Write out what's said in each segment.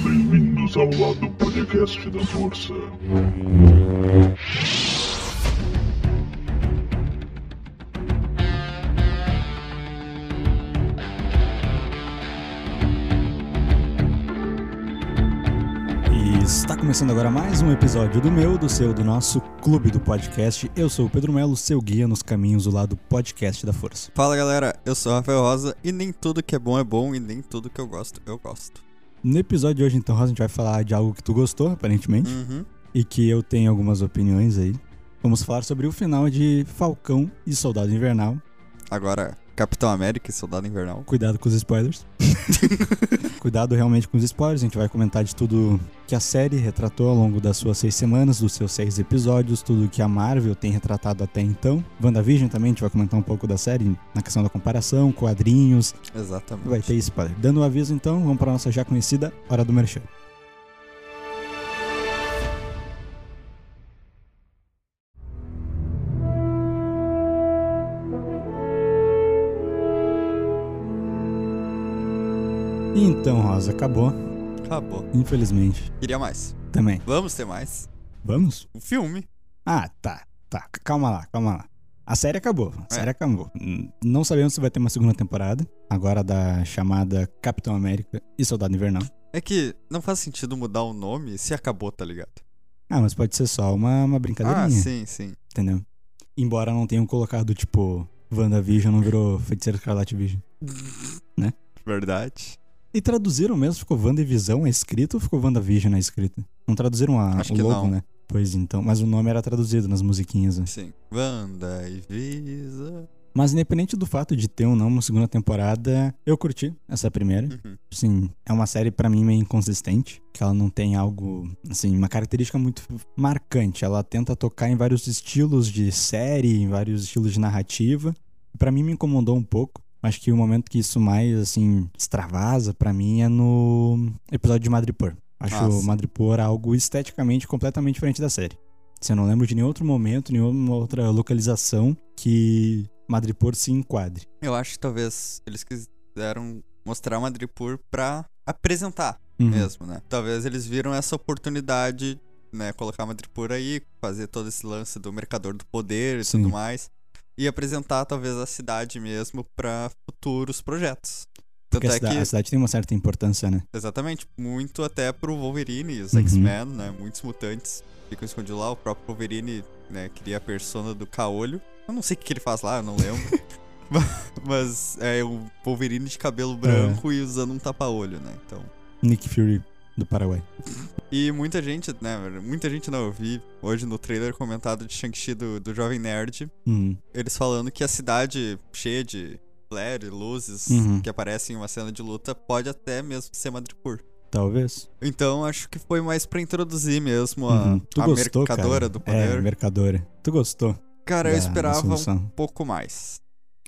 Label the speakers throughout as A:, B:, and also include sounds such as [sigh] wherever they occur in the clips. A: Bem-vindos ao lado podcast da força.
B: E está começando agora mais um episódio do meu, do seu, do nosso clube do podcast. Eu sou o Pedro Melo, seu guia nos caminhos do lado podcast da força.
C: Fala galera, eu sou o Rafael Rosa e nem tudo que é bom é bom e nem tudo que eu gosto eu gosto.
B: No episódio de hoje, então, Rosa, a gente vai falar de algo que tu gostou, aparentemente,
C: Uhum.
B: e que eu tenho algumas opiniões aí. Vamos falar sobre o final de Falcão e Soldado Invernal.
C: Agora, Capitão América e Soldado Invernal.
B: Cuidado com os spoilers. Cuidado realmente com os spoilers. A gente vai comentar de tudo que a série retratou ao longo das suas seis semanas, dos seus seis episódios, tudo que a Marvel tem retratado até então. WandaVision também, a gente vai comentar um pouco da série na questão da comparação, quadrinhos.
C: Exatamente.
B: Vai ter spoiler. Dando o aviso então, vamos para nossa já conhecida Hora do Merchan. Então, Rosa, acabou.
C: Acabou.
B: Infelizmente.
C: Queria mais.
B: Também.
C: Vamos ter mais.
B: Vamos?
C: Um filme.
B: Ah, tá, tá. Calma lá, calma lá. A série acabou, a série acabou. N- Não sabemos se vai ter uma segunda temporada, agora da chamada Capitão América e Soldado Invernal.
C: É que não faz sentido mudar o nome se acabou, tá ligado?
B: Ah, mas pode ser só uma, uma brincadeirinha,
C: Ah, sim, sim.
B: entendeu? Embora não tenham colocado, tipo, WandaVision não virou Feiticeiro Escarlate Vision.
C: Verdade.
B: E traduziram mesmo, ficou Wanda e Visão a escrita ou ficou WandaVision a escrita? Não traduziram a,
C: Acho
B: o
C: que
B: logo,
C: não.
B: né? Pois então, mas o nome era traduzido nas musiquinhas, né?
C: Sim. Wanda e Visa.
B: Mas independente do fato de ter ou não uma segunda temporada, eu curti essa primeira.
C: Uhum.
B: Sim, é uma série pra mim meio inconsistente, que ela não tem algo, assim, uma característica muito marcante. Ela tenta tocar em vários estilos de série, em vários estilos de narrativa. Pra mim me incomodou um pouco. Acho que o momento que isso mais assim extravasa pra mim é no episódio de Madripoor. Acho
C: Ah, sim.
B: Madripoor algo esteticamente completamente diferente da série. Se eu não lembro de nenhum outro momento, nenhuma outra localização que Madripoor se enquadre.
C: Eu acho que talvez eles quiseram mostrar Madripoor pra apresentar.
B: Uhum.
C: mesmo, né? Talvez eles viram essa oportunidade, né? Colocar Madripoor aí, fazer todo esse lance do mercador do poder e
B: Sim.
C: tudo mais. E apresentar, talvez, a cidade mesmo pra futuros projetos. Tanto
B: Porque a
C: é
B: cida-
C: que,
B: a cidade tem uma certa importância, né?
C: exatamente, muito até pro Wolverine e os
B: Uhum.
C: X-Men, né? Muitos mutantes ficam escondidos lá. O próprio Wolverine, né? Cria a persona do Caolho. Eu não sei o que que ele faz lá, eu não
B: [laughs]
C: lembro. [laughs] Mas é o Wolverine de cabelo branco
B: É.
C: e usando um tapa-olho, né? Então.
B: Nick Fury do Paraguai.
C: E muita gente, né, muita gente não, eu vi hoje no trailer comentado de Shang-Chi do, do Jovem Nerd,
B: Uhum.
C: eles falando que a cidade cheia de flare, e luzes
B: Uhum.
C: que aparecem em uma cena de luta pode até mesmo ser Madripoor.
B: Talvez.
C: Então acho que foi mais pra introduzir mesmo a,
B: Uhum. Tu
C: a
B: gostou, cara?
C: mercadora do
B: É, Ah,
C: poder.
B: mercadora. Tu gostou?
C: Cara,
B: da-
C: eu
B: da
C: esperava um
B: solução?
C: pouco mais.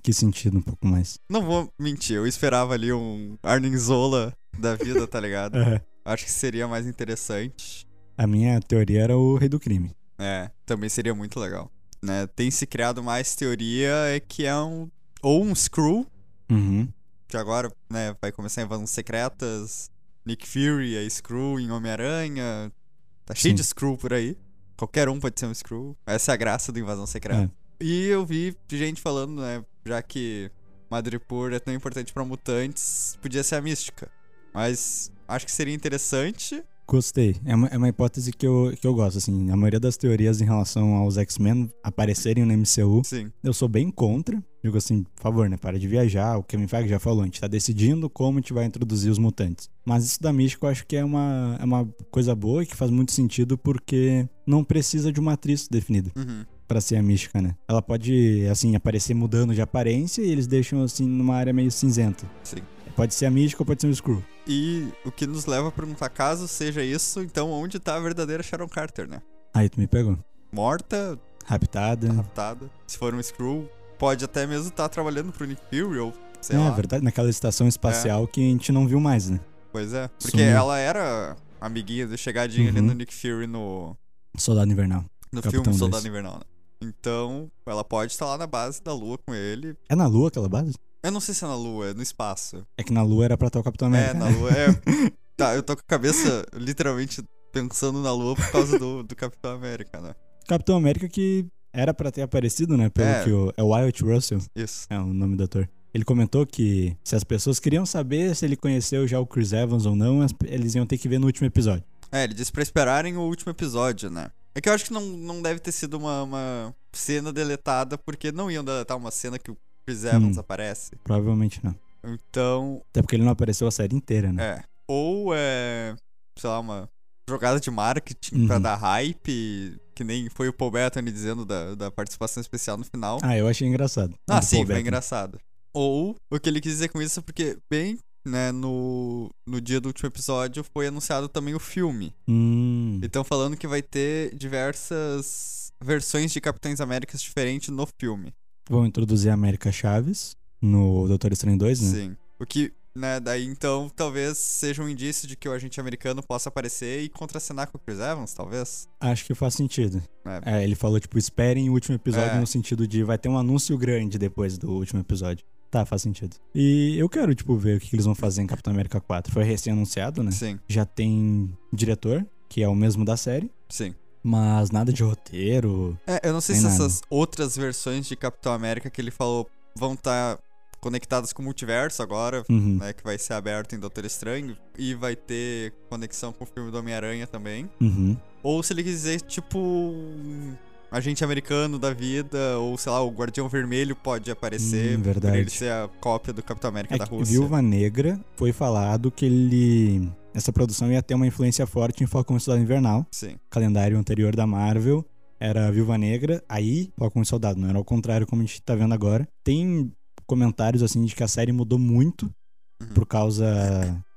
B: Que sentido um pouco mais.
C: Não vou mentir, eu esperava ali um Arnenzola da vida,
B: [laughs]
C: tá ligado?
B: É.
C: Acho que seria mais interessante.
B: A minha teoria era o rei do crime.
C: É, também seria muito legal. Né? Tem se criado mais teoria é que é um. Ou um Screw,
B: Uhum.
C: que agora né, vai começar em Invasões Secretas, Nick Fury é Screw em Homem-Aranha. Tá cheio
B: Sim.
C: de Screw por aí. Qualquer um pode ser um Screw. Essa é a graça do Invasão Secreta. E eu vi gente falando, né, já que Madripoor é tão importante pra mutantes, podia ser a mística. Mas acho que seria interessante.
B: Gostei. É uma, é uma hipótese que eu, que eu gosto, assim. A maioria das teorias em relação aos X-Men aparecerem no MCU,
C: Sim.
B: eu sou bem contra. Digo assim, por favor, né? Para de viajar. O Kevin Feige já falou, a gente tá decidindo como a gente vai introduzir os mutantes. Mas isso da Mística eu acho que é uma, é uma coisa boa e que faz muito sentido porque não precisa de uma atriz definida.
C: Uhum.
B: Pra ser a mística, né? Ela pode, assim, aparecer mudando de aparência e eles deixam, assim, numa área meio cinzenta.
C: Sim.
B: Pode ser a mística ou pode ser o Screw.
C: E o que nos leva a perguntar, caso seja isso, então onde tá a verdadeira Sharon Carter, né?
B: Aí tu me pegou.
C: Morta,
B: Raptada.
C: raptada. Se for um Screw, pode até mesmo estar trabalhando pro Nick Fury ou sei
B: é
C: lá.
B: verdade, naquela estação
C: É.
B: espacial que a gente não viu mais, né?
C: Pois é. Porque
B: Sumiu.
C: ela era amiguinha do chegadinho ali
B: Uhum.
C: no Nick Fury no,
B: Soldado Invernal.
C: no
B: Capitão
C: filme Soldado
B: dois.
C: Invernal, né? Então, ela pode estar lá na base da lua com ele.
B: É na Lua aquela base?
C: Eu não sei se é na Lua, é no espaço.
B: É que na Lua era pra estar o Capitão
C: É,
B: América.
C: na
B: né?
C: Lua. É... [laughs] tá, eu tô com a cabeça literalmente pensando na Lua por causa do, do Capitão América, né?
B: Capitão América que era pra ter aparecido, né? Pelo
C: É.
B: que o. É o Wyatt Russell,
C: Isso.
B: é o nome do ator. Ele comentou que se as pessoas queriam saber se ele conheceu já o Chris Evans ou não, as- eles iam ter que ver no último episódio.
C: É, ele disse pra esperarem o último episódio, né? É que eu acho que não, não deve ter sido uma, uma cena deletada, porque não iam deletar uma cena que o
B: Hum.
C: Chris Evans aparece.
B: Provavelmente não.
C: Então,
B: Até porque ele não apareceu a série inteira, né?
C: É. Ou é. Sei lá, uma jogada de marketing pra
B: Uhum.
C: dar hype, que nem foi o Paul Bettany dizendo da, da participação especial no final.
B: Ah, eu achei engraçado.
C: Ah,
B: Do
C: sim,
B: Paul
C: foi
B: Bettany.
C: engraçado. Ou o que ele quis dizer com isso é porque, bem, né, no, no dia do último episódio foi anunciado também o filme.
B: Hum,
C: Então falando que vai ter diversas versões de Capitães Américas diferentes no filme.
B: vão introduzir a América Chaves no Doutor Estranho 2, né?
C: Sim. O que, né, daí então talvez seja um indício de que o agente americano possa aparecer e contracenar com o Chris Evans, talvez.
B: Acho que faz sentido.
C: É.
B: É, ele falou, tipo, esperem o último episódio
C: É.
B: no sentido de vai ter um anúncio grande depois do último episódio. Tá, faz sentido. E eu quero, tipo, ver o que que eles vão fazer em Capitão América 4. Foi recém-anunciado, né?
C: Sim,
B: Já tem diretor, que é o mesmo da série,
C: sim.
B: mas nada de roteiro.
C: É, eu não sei
B: Nem
C: se
B: nada.
C: essas outras versões de Capitão América que ele falou vão estar conectadas com o multiverso agora,
B: Uhum.
C: né, que vai ser aberto em Doutor Estranho e vai ter conexão com o filme do Homem-Aranha também.
B: Uhum.
C: Ou se ele quiser, tipo, um agente americano da vida, ou sei lá, o Guardião Vermelho pode aparecer.
B: Hum,
C: Por
B: verdade.
C: ele ser a cópia do Capitão América
B: É
C: da
B: que
C: Rússia.
B: Viúva Negra foi falado que ele. Essa produção ia ter uma influência forte em Falcão e Soldado Invernal.
C: Sim.
B: O calendário anterior da Marvel era Viúva Negra, aí Falcão e Soldado, não era ao contrário como a gente tá vendo agora. Tem comentários assim de que a série mudou muito
C: Uhum.
B: por causa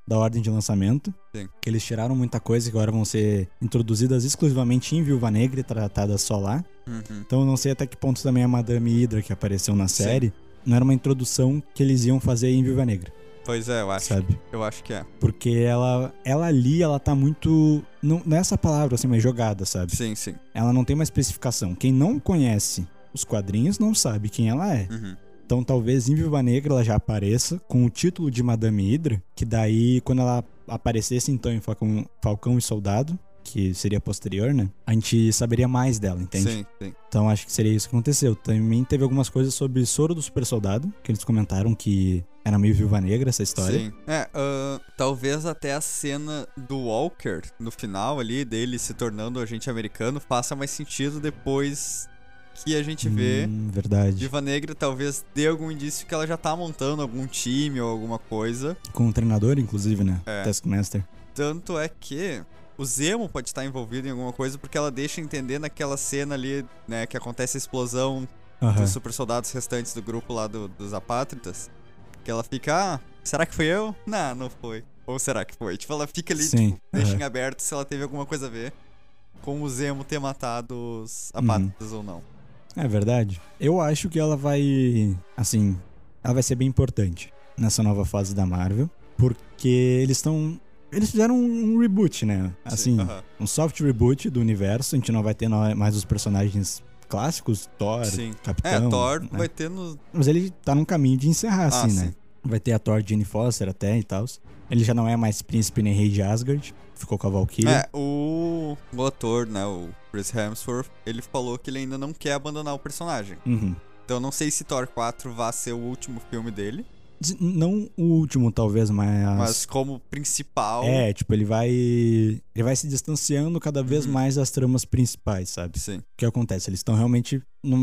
B: da ordem de lançamento.
C: Sim.
B: Que eles tiraram muita coisa que agora vão ser introduzidas exclusivamente em Viúva Negra e tratadas só lá.
C: Uhum.
B: Então eu não sei até que ponto também a Madame Hydra que apareceu na
C: Sim.
B: série não era uma introdução que eles iam fazer em Viúva Negra,
C: Pois é, eu acho.
B: sabe?
C: Eu acho que é.
B: Porque ela, ela ali, ela tá muito. Não, não é essa palavra assim, mas jogada, sabe?
C: Sim, sim.
B: Ela não tem uma especificação. Quem não conhece os quadrinhos não sabe quem ela é.
C: Uhum.
B: Então talvez em Viúva Negra ela já apareça com o título de Madame Hydra, que daí quando ela aparecesse então em Falcão, Falcão e Soldado, que seria posterior, né? A gente saberia mais dela, entende?
C: Sim, sim.
B: Então acho que seria isso que aconteceu. Também teve algumas coisas sobre Soro do Super Soldado, que eles comentaram que era meio Viúva Negra essa história.
C: Sim. É, ahn, talvez até a cena do Walker no final ali, dele se tornando agente americano, faça mais sentido depois que a gente vê.
B: Hum, verdade.
C: Diva Negra talvez dê algum indício que ela já tá montando algum time ou alguma coisa.
B: Com o treinador, inclusive, né?
C: É.
B: Taskmaster.
C: Tanto é que o Zemo pode estar envolvido em alguma coisa porque ela deixa entender naquela cena ali, né, que acontece a explosão
B: Aham.
C: dos super soldados restantes do grupo lá do- dos apátridas, que ela fica, ah, será que foi eu? Não, não foi. Ou será que foi? Tipo, ela fica ali,
B: Sim.
C: tipo, deixa
B: aham.
C: em aberto se ela teve alguma coisa a ver com o Zemo ter matado os apátridas ou não.
B: É verdade. Eu acho que ela vai. Assim. Ela vai ser bem importante nessa nova fase da Marvel. Porque eles estão. Eles fizeram um um reboot, né? Assim,
C: Sim, aham.
B: um soft reboot do universo. A gente não vai ter no- mais os personagens clássicos, Thor,
C: Sim. É,
B: Capitão.
C: Thor
B: né?
C: vai ter no...
B: Mas ele tá num caminho de encerrar,
C: Ah,
B: assim,
C: sim.
B: né? Vai ter a Thor Jane Foster até e tal. Ele já não é mais príncipe nem rei de Asgard. Ficou com a Valkyria.
C: É, o... o ator, né, o Chris Hemsworth, ele falou que ele ainda não quer abandonar o personagem.
B: Uhum.
C: Então eu não sei se Thor 4 vai ser o último filme dele,
B: Diz- Não o último, talvez, mas.
C: mas como principal...
B: É, tipo, ele vai. Ele vai se distanciando cada vez
C: Então, Uhum.
B: mais das tramas principais, sabe?
C: Sim,
B: O que acontece? Eles estão realmente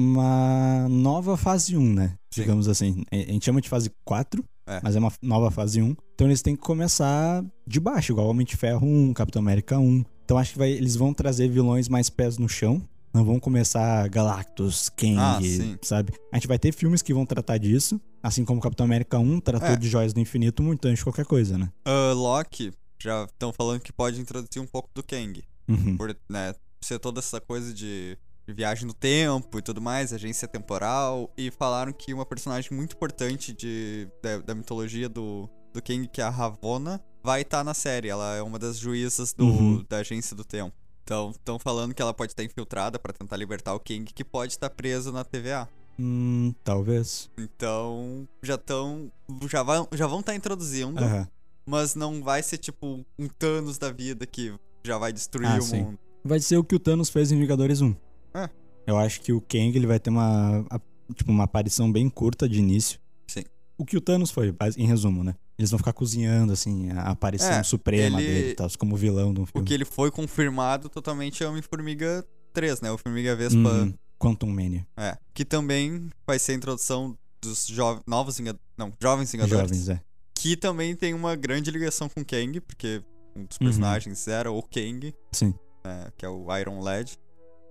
B: numa nova fase 1, né?
C: Sim.
B: Digamos assim. A a gente chama de fase 4,
C: É.
B: mas é uma f- nova fase 1. Então eles têm que começar de baixo, igual Homem de Ferro 1, Capitão América 1. Então acho que vai- eles vão trazer vilões mais pés no chão. Não vão começar Galactus, Kang,
C: Ah, sim.
B: sabe? A gente vai ter filmes que vão tratar disso. Assim como Capitão América 1 tratou
C: É.
B: de joias do infinito, mutante, qualquer coisa, né?
C: Ah, Loki, já estão falando que pode introduzir um pouco do Kang.
B: Uhum.
C: Por né, ser toda essa coisa de de viagem no tempo e tudo mais, agência temporal. E falaram que uma personagem muito importante de, da, da mitologia do, do Kang, que é a Ravonna, vai estar na série. Ela é uma das juízas do,
B: Uhum.
C: da agência do tempo. tá Então, estão falando que ela pode estar infiltrada pra tentar libertar o Kang, que pode estar preso tá na TVA.
B: Hum, talvez.
C: Então, já estão. Já vão já vão tá introduzindo,
B: Aham.
C: mas não vai ser tipo um Thanos da vida que já vai destruir
B: Ah,
C: o
B: sim.
C: mundo.
B: Vai ser o que o Thanos fez em Vingadores 1.
C: É.
B: Eu acho que o Kang ele vai ter uma, a- tipo, uma aparição bem curta de início.
C: Sim.
B: O que o Thanos foi, bas- em resumo, né? Eles vão ficar cozinhando, assim, a aparição
C: É,
B: suprema
C: ele-
B: dele e tal, como vilão de um
C: O
B: filme.
C: que ele foi confirmado totalmente é Homem-Formiga 3, né? O Formiga Vespa.
B: Hum, Quantum Mania.
C: É. Que também vai ser a introdução dos jo... novos Vingadores. Não, jovens Vingadores.
B: Jovens, é.
C: Que também tem uma grande ligação com Kang, porque um dos
B: Uhum.
C: personagens era o Kang,
B: Sim.
C: né, que é o Iron Lad.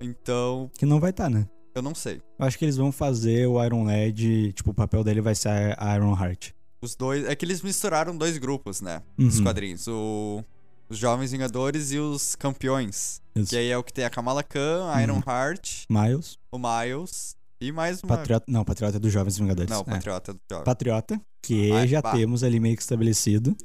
C: Então,
B: Que não vai estar, né?
C: eu não sei.
B: Eu acho que eles vão fazer o Iron Lad, tipo, o papel dele vai ser a Iron Heart.
C: Os dois. É que eles misturaram dois grupos, né?
B: Uhum.
C: Os quadrinhos. O... Os Jovens Vingadores e os Campeões.
B: Isso. Uhum.
C: Que aí é o que tem a Kamala Khan, a Iron Heart,
B: Miles,
C: o Miles e mais uma.
B: Patriota. Não, Patriota é dos Jovens Vingadores.
C: Não,
B: É.
C: o Patriota do Jovem.
B: Patriota, que
C: Vai,
B: já
C: vá.
B: temos ali meio que estabelecido.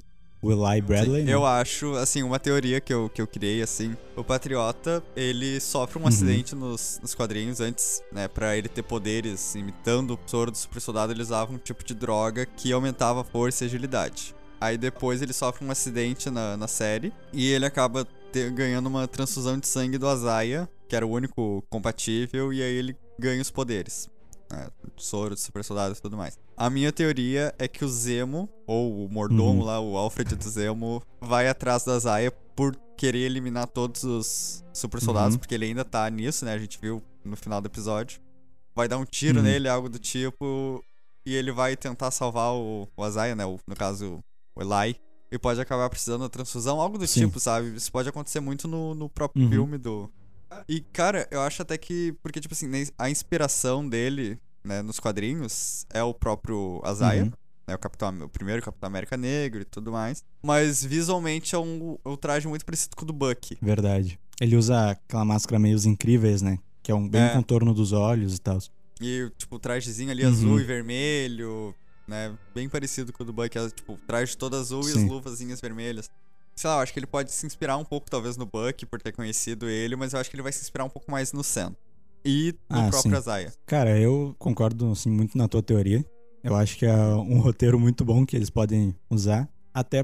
B: O Eli Bradley. né?
C: Eu acho, assim, uma teoria que eu, que eu criei, assim, o Patriota, ele sofre um
B: Uhum.
C: acidente nos, nos quadrinhos antes, né, pra ele ter poderes, assim, imitando o soro do super soldado, ele usava um tipo de droga que aumentava a força e agilidade. Aí depois ele sofre um acidente na, na série, e ele acaba te- ganhando uma transfusão de sangue do Azaia, que era o único compatível, e aí ele ganha os poderes. né, soro do super soldado e tudo mais. A minha teoria é que o Zemo, ou o mordomo
B: Uhum.
C: lá, o Alfred do Zemo, vai atrás da Zaya por querer eliminar todos os super soldados,
B: Uhum.
C: porque ele ainda tá nisso, né? A gente viu no final do episódio. Vai dar um tiro
B: Uhum.
C: nele, algo do tipo, e ele vai tentar salvar o, o Azaia, né? o- no caso, o Eli. E pode acabar precisando da transfusão, algo do
B: Sim.
C: tipo, sabe? Isso pode acontecer muito no, no próprio
B: Uhum.
C: filme do. E, cara, eu acho até que. Porque, tipo assim, né, a inspiração dele, né, nos quadrinhos, é o próprio Azaia,
B: Uhum.
C: né? O, Capitão, Am- o primeiro Capitão América Negro e tudo mais. Mas visualmente é um, é um traje muito parecido com o do Bucky.
B: Verdade. Ele usa aquela máscara meio Os incríveis, né? Que é um bem
C: É.
B: contorno dos olhos e tal.
C: E, tipo, o trajezinho ali
B: Uhum.
C: azul e vermelho, né? Bem parecido com o do Bucky. é, Tipo, o traje todo azul e
B: Sim.
C: as luvazinhas vermelhas. Sei lá, eu acho que ele pode se inspirar um pouco, talvez, no Bucky, por ter conhecido ele, mas eu acho que ele vai se inspirar um pouco mais no Sam. E no
B: Ah,
C: próprio
B: sim.
C: Azaia.
B: Cara, eu concordo assim, muito na tua teoria. Eu acho que é um [laughs] roteiro muito bom que eles podem usar. Até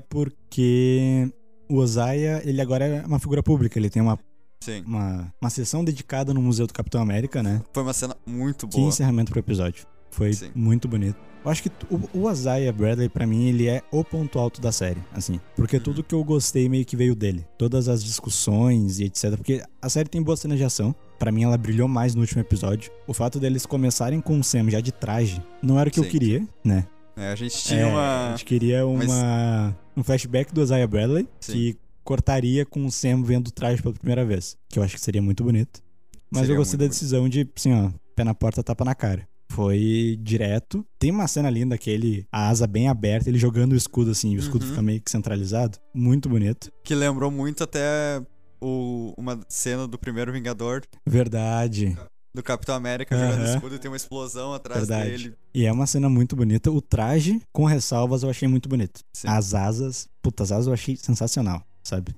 B: porque o Ozaia, ele agora é uma figura pública. Ele tem uma,
C: Sim.
B: uma, uma sessão dedicada no Museu do Capitão América, né?
C: Foi uma cena muito
B: Que
C: boa.
B: encerramento pro episódio. Foi
C: Sim.
B: muito bonito. Eu acho que t- o, o Isaiah Bradley, pra mim, ele é o ponto alto da série, assim. Porque
C: Uhum.
B: tudo que eu gostei meio que veio dele. Todas as discussões e etc. Porque a série tem boa cena de ação. Pra mim, ela brilhou mais no último episódio. O fato deles começarem com o Sam já de traje não era o que eu
C: Sim.
B: queria, né?
C: É, a gente tinha
B: É, A
C: uma.
B: gente queria
C: mas-
B: uma, um flashback do Isaiah Bradley
C: Sim.
B: que cortaria com o Sam vendo o traje pela primeira vez. Que eu acho que seria muito bonito. Mas
C: Seria
B: eu gostei
C: muito
B: da
C: bonito.
B: decisão de, assim, ó, pé na porta, tapa na cara. Foi direto. Tem uma cena linda que ele, a asa bem aberta, ele jogando o escudo, assim, e o escudo
C: Uhum.
B: fica meio que centralizado. Muito bonito.
C: Que lembrou muito até o... uma cena do primeiro Vingador,
B: Verdade.
C: do Capitão América jogando
B: Aham.
C: escudo e tem uma explosão atrás
B: Verdade.
C: dele.
B: E é uma cena muito bonita. O traje, com ressalvas, eu achei muito bonito.
C: Sim.
B: As asas, puta, as asas eu achei sensacional, sabe?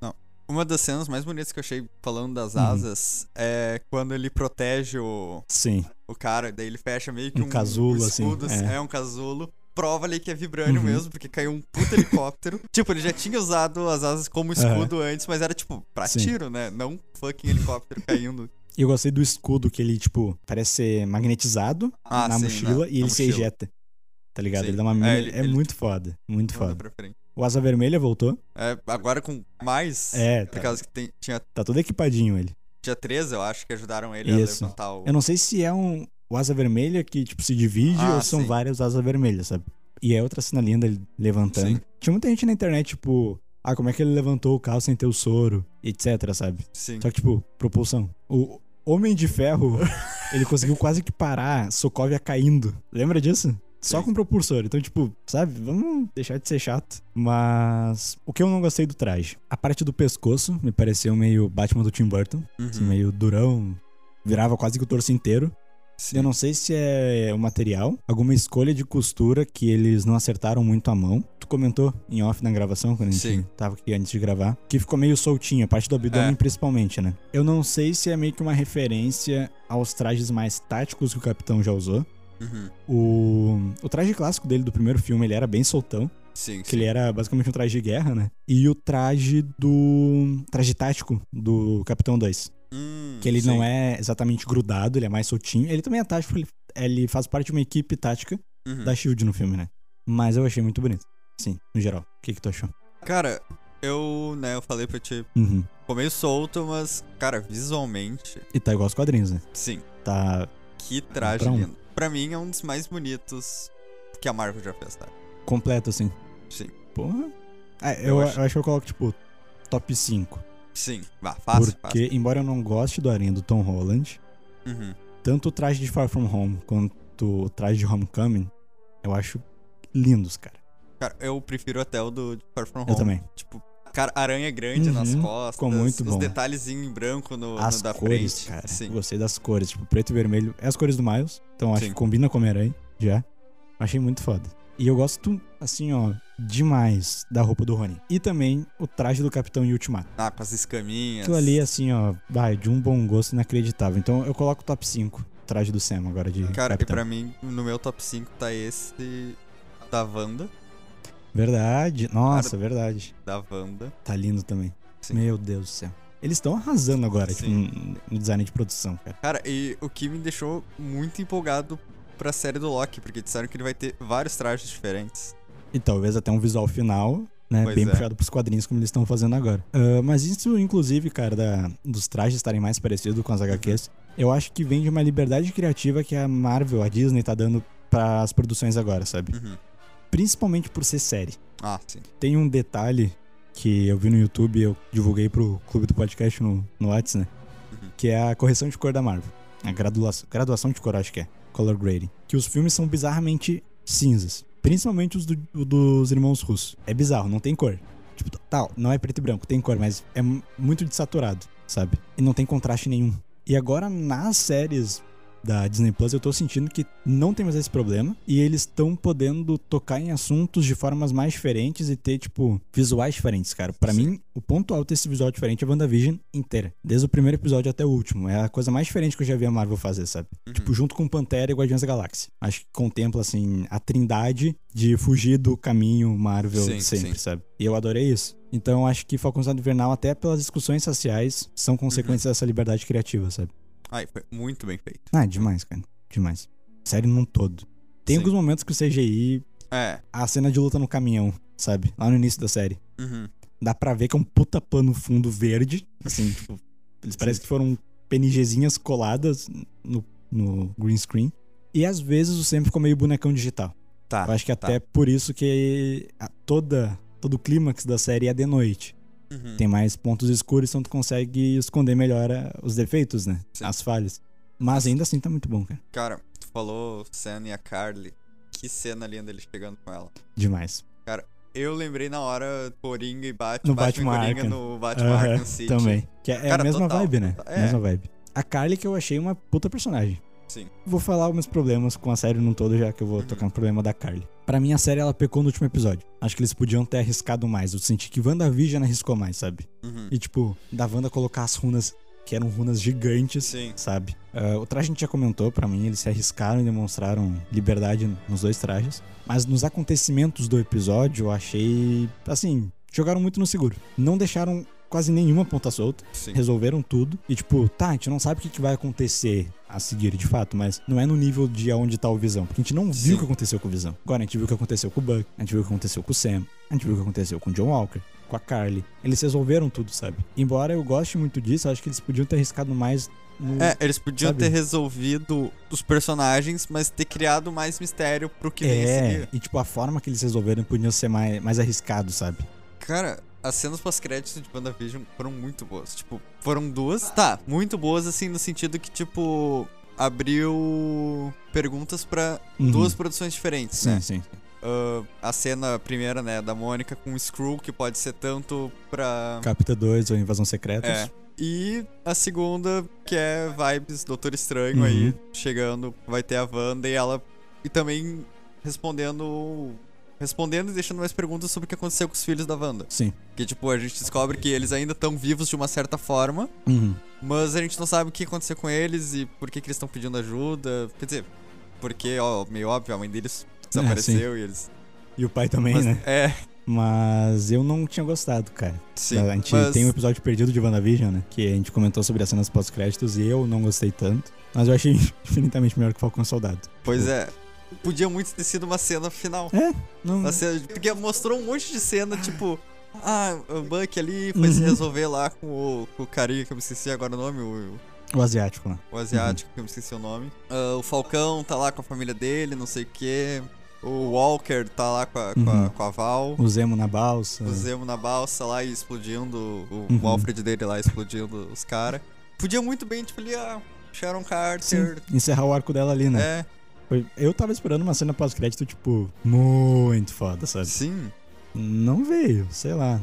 C: Uma das cenas mais bonitas que eu achei falando das
B: Uhum.
C: asas é quando ele protege o,
B: Sim.
C: o cara, daí ele fecha meio que
B: Um
C: um,
B: casulo, assim,
C: escudo,
B: é.
C: É. um casulo. Prova ali que é vibrânio
B: Uhum.
C: mesmo, porque caiu um puto
B: [laughs]
C: helicóptero. tipo, ele já tinha usado as asas como
B: Aham.
C: escudo antes, mas era tipo, pra
B: Sim.
C: tiro, né? Não fucking
B: [laughs]
C: helicóptero caindo.
B: E eu gostei do escudo que ele, tipo, parece ser magnetizado
C: Ah,
B: na
C: sim,
B: mochila
C: na-
B: e ele
C: na
B: se
C: mochila.
B: ejeta. Tá ligado?
C: Sim.
B: Ele dá uma
C: É,
B: mini. É,
C: ele- ele-
B: muito foda. Muito
C: Manda
B: foda.
C: pra frente.
B: O Asa Vermelha voltou.
C: É, agora com mais.
B: É,
C: Por
B: tá,
C: causa que tem- tinha,
B: tá todo equipadinho ele.
C: tinha 13, eu acho, que ajudaram ele
B: Isso.
C: a levantar o.
B: Eu não sei se é um o asa vermelha que, tipo, se divide
C: Ah,
B: ou são
C: sim.
B: várias asas vermelhas, sabe? E é outra cena linda ele levantando.
C: Sim.
B: Tinha muita gente na internet, tipo, ah, como é que ele levantou o carro sem ter o soro, etc, sabe?
C: Sim.
B: Só que, tipo, propulsão. O Homem de
C: [laughs]
B: Ferro, ele conseguiu quase que parar Sokovia caindo. Lembra disso? Só
C: Sim.
B: com propulsor. Então, tipo, sabe? Vamos deixar de ser chato. Mas o que eu não gostei do traje? A parte do pescoço me pareceu meio Batman do Tim Burton.
C: Uhum.
B: Assim, meio durão. Virava quase que o torso inteiro.
C: Sim.
B: Eu não sei se é o material, alguma escolha de costura que eles não acertaram muito a mão. Tu comentou em off na gravação, quando a gente
C: Sim.
B: tava aqui antes de gravar, que ficou meio soltinho, a parte do abdômen
C: É.
B: principalmente, né? Eu não sei se é meio que uma referência aos trajes mais táticos que o capitão já usou.
C: Uhum.
B: O, o traje clássico dele do primeiro filme, ele era bem soltão,
C: Sim,
B: que
C: sim.
B: ele era basicamente um traje de guerra, né? E o traje do traje tático do Capitão 2,
C: Hum,
B: que ele
C: sim.
B: não é exatamente grudado, ele é mais soltinho. Ele também é tático, ele, ele faz parte de uma equipe tática
C: Uhum.
B: é da Shield no filme, né? Mas eu achei muito bonito. Sim, no geral. O que que tu achou?
C: Cara, eu, né, eu falei pra ti,
B: Uhum.
C: ficou meio solto, mas, cara, visualmente,
B: E tá igual aos quadrinhos, né?
C: sim.
B: Tá
C: Que traje
B: Pra um.
C: lindo. Pra mim é um dos mais bonitos que a Marvel já fez, tá?
B: completo, assim.
C: Sim.
B: Porra. Ah,
C: Eu
B: eu, eu
C: acho-
B: acho... que eu coloco, tipo, top 5.
C: Sim, vá, fácil, fácil.
B: porque, embora eu não goste do aranha do Tom Holland,
C: Uhum.
B: tanto o traje de Far From Home quanto o traje de Homecoming, eu acho lindos, cara.
C: Cara, eu prefiro até o do Far From Home.
B: Eu também.
C: Tipo, cara, aranha grande nas
B: Uhum,
C: costas.
B: ficou muito
C: os
B: bom.
C: detalhezinhos em branco no, no
B: As
C: da
B: cores,
C: frente.
B: cara. é Eu
C: Sim.
B: Gostei das cores. Tipo, preto e vermelho. É as cores do Miles. Então acho
C: Sim.
B: que combina com o Homem-Aranha. Já. Achei muito foda. E eu gosto, assim, ó, demais da roupa do Rony. E também o traje do Capitão em Ultimato.
C: Ah, com as escaminhas.
B: Aquilo ali, assim, ó, vai, de um bom gosto inacreditável. Então eu coloco o top 5 traje do Sam agora de
C: Cara, e
B: assim, Capitão.
C: pra mim, no meu top 5 tá esse da Wanda.
B: Verdade. Nossa, verdade.
C: Da Wanda.
B: Tá lindo também.
C: Sim.
B: Meu Deus do céu. Eles estão arrasando agora, tipo,
C: Sim.
B: no- no design de produção, cara.
C: Cara, e o que me deixou muito empolgado pra série do Loki, porque disseram que ele vai ter vários trajes diferentes.
B: E talvez até um visual final, né?
C: Pois
B: bem
C: é.
B: puxado pros quadrinhos, como eles estão fazendo agora. Ah, mas isso, inclusive, cara, da- dos trajes estarem mais parecidos com as HQs, eu acho que vem de uma liberdade criativa que a Marvel, a Disney, tá dando pras produções agora, sabe?
C: Uhum.
B: Principalmente por ser série.
C: Ah, sim.
B: Tem um detalhe que eu vi no YouTube e eu divulguei pro clube do podcast no, no Whats, né?
C: Uhum.
B: Que é a correção de cor da Marvel. A graduação, graduação de cor, acho que é. Color grading. Que os filmes são bizarramente cinzas. Principalmente os do- o dos irmãos russos. É bizarro, não tem cor. Tipo, tal, não é preto e branco, tem cor, mas é mu- muito desaturado, sabe? E não tem contraste nenhum. E agora, nas séries da Disney Plus, eu tô sentindo que não tem mais esse problema. E eles estão podendo tocar em assuntos de formas mais diferentes e ter, tipo, visuais diferentes, cara. Pra
C: Sim.
B: mim, o ponto alto desse visual diferente é WandaVision inteira. Desde o primeiro episódio até o último. É a coisa mais diferente que eu já vi a Marvel fazer, sabe?
C: Uhum.
B: Tipo, junto com Pantera e Guardiões da Galáxia. Acho que contempla, assim, a trindade de fugir do caminho Marvel
C: Sim,
B: sempre,
C: sim.
B: sabe? E eu adorei isso. Então, acho que Falconizado Invernal, até pelas discussões sociais, são
C: Uhum.
B: consequências dessa liberdade criativa, sabe?
C: Ai, foi muito bem feito.
B: Ah, demais, cara. Demais. Série num todo. Tem
C: Sim.
B: alguns momentos que o CGI,
C: É.
B: a cena de luta no caminhão, sabe? Lá no início da série.
C: Uhum.
B: Dá pra ver que é um puta pano fundo verde. Assim, tipo, eles parecem que foram PNGzinhas coladas no, no green screen. E às vezes o Sam ficou meio bonecão digital.
C: Tá.
B: Eu acho que
C: tá.
B: até por isso que a- toda, todo o clímax da série é de noite.
C: Uhum.
B: Tem mais pontos escuros, então tu consegue esconder melhor a- os defeitos, né?
C: Sim.
B: As falhas. Mas ainda assim tá muito bom, cara.
C: Cara, tu falou Sam e a Carly. Que cena linda ele chegando com ela.
B: Demais.
C: Eu lembrei na hora Coringa e Batman.
B: No
C: Batman, e
B: Batman
C: Coringa
B: Arkham.
C: no Batman Arkham
B: Aham,
C: Tá City.
B: Também. Que é, é
C: Cara,
B: a mesma
C: total,
B: vibe, né?
C: total. É.
B: Mesma vibe. A Carly que eu achei uma puta personagem.
C: Sim.
B: Vou falar alguns problemas com a série num todo, já que eu vou
C: Uhum.
B: tocar no problema da Carly. Pra mim, a série ela pecou no último episódio. Acho que eles podiam ter arriscado mais. Eu senti que WandaVision arriscou mais, sabe?
C: Uhum.
B: E tipo, da Wanda colocar as runas, que eram runas gigantes,
C: Sim.
B: sabe? Ah, o traje a gente já comentou, pra mim, eles se arriscaram e demonstraram liberdade nos dois trajes. Mas nos acontecimentos do episódio, eu achei. Assim, jogaram muito no seguro. Não deixaram quase nenhuma ponta solta
C: Sim.
B: resolveram tudo. E tipo, tá, a gente não sabe o que, que vai acontecer a seguir de fato, mas não é no nível de onde tá o Visão. Porque a gente não viu
C: Sim.
B: o que aconteceu com o Visão. Agora a gente viu o que aconteceu com o Buck, a gente viu o que aconteceu com o Sam, a gente viu o que aconteceu com o John Walker, com a Carly. Eles resolveram tudo, sabe? Embora eu goste muito disso, eu acho que eles podiam ter arriscado mais no.
C: É, eles podiam
B: Uhum. Sabe?
C: ter resolvido os personagens, mas ter criado mais mistério pro que vem a
B: É,
C: seguir.
B: e tipo, a forma que eles resolveram podia ser mais, mais arriscado, sabe?
C: Cara, as cenas pós-crédito de WandaVision foram muito boas. Tipo, foram duas, tá, muito boas, assim, no sentido que, tipo, abriu perguntas pra
B: Uhum.
C: duas produções diferentes,
B: Sim,
C: né?
B: sim.
C: Ah, a cena primeira, né, da Mônica com o Screw, que pode ser tanto pra.
B: Capta 2 ou Invasão Secretas.
C: É. E a segunda, que é Vibes Doutor Estranho
B: Uhum.
C: aí, chegando, vai ter a Wanda e ela. E também respondendo. Respondendo e deixando mais perguntas sobre o que aconteceu com os filhos da Wanda.
B: Sim.
C: Que, tipo, a gente descobre que eles ainda estão vivos de uma certa forma,
B: Uhum.
C: mas a gente não sabe o que aconteceu com eles e por que, que eles estão pedindo ajuda. Quer dizer, Porque, ó, meio óbvio, a mãe deles desapareceu e eles.
B: E o pai também,
C: Mas-
B: Ah, né?
C: É,
B: Mas eu não tinha gostado, cara.
C: sim.
B: a gente
C: mas-
B: tem um episódio perdido de WandaVision, né? Que a gente comentou sobre as cenas pós-créditos e eu não gostei tanto. Mas eu achei [laughs] infinitamente melhor que Falcão Soldado.
C: Pois é. Podia muito ter sido uma cena final.
B: Não,
C: Uma cena- porque mostrou um monte de cena, tipo. Ah, o Buck ali foi se
B: Uhum.
C: resolver lá com o, com o carinha que eu me esqueci agora o nome, o,
B: O asiático lá.
C: o
B: Uhum.
C: asiático, que eu me esqueci o nome. Ah, o Falcão tá lá com a família dele, não sei o quê. O Walker tá lá com a, com a-
B: Uhum.
C: com a Val.
B: O Zemo na balsa.
C: O Zemo na balsa lá e explodindo. O,
B: Uhum.
C: o Alfred dele lá explodindo os caras. Podia muito bem, tipo, ali, ah, Sharon Carter.
B: Encerrar o arco dela ali, né?
C: É,
B: Foi- Eu tava esperando uma cena pós-crédito, tipo, muito foda, sabe?
C: sim.
B: Não veio, sei lá.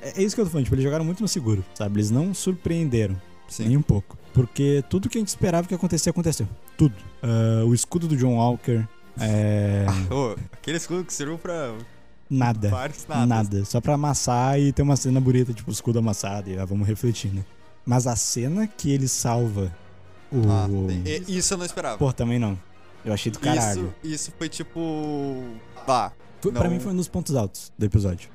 B: É é isso que eu tô falando, tipo, eles jogaram muito no seguro, sabe? Eles não surpreenderam,
C: Sim.
B: nem um pouco. Porque tudo que a gente esperava que acontecia, aconteceu. Tudo. Ah, o escudo do John Walker,
C: [laughs]
B: é...
C: Ô, aquele escudo que serviu pra
B: nada.
C: vários
B: É. Nada.
C: nada.
B: Só pra amassar e ter uma cena bonita, tipo, o escudo amassado e ah, vamos refletir, né? Mas a cena que ele salva o...
C: Ah, sim. E- isso eu não esperava.
B: Pô, também não. Eu achei do caralho.
C: isso, isso foi tipo. Bah.
B: Foi, Pra
C: não-
B: mim foi um dos pontos altos do episódio.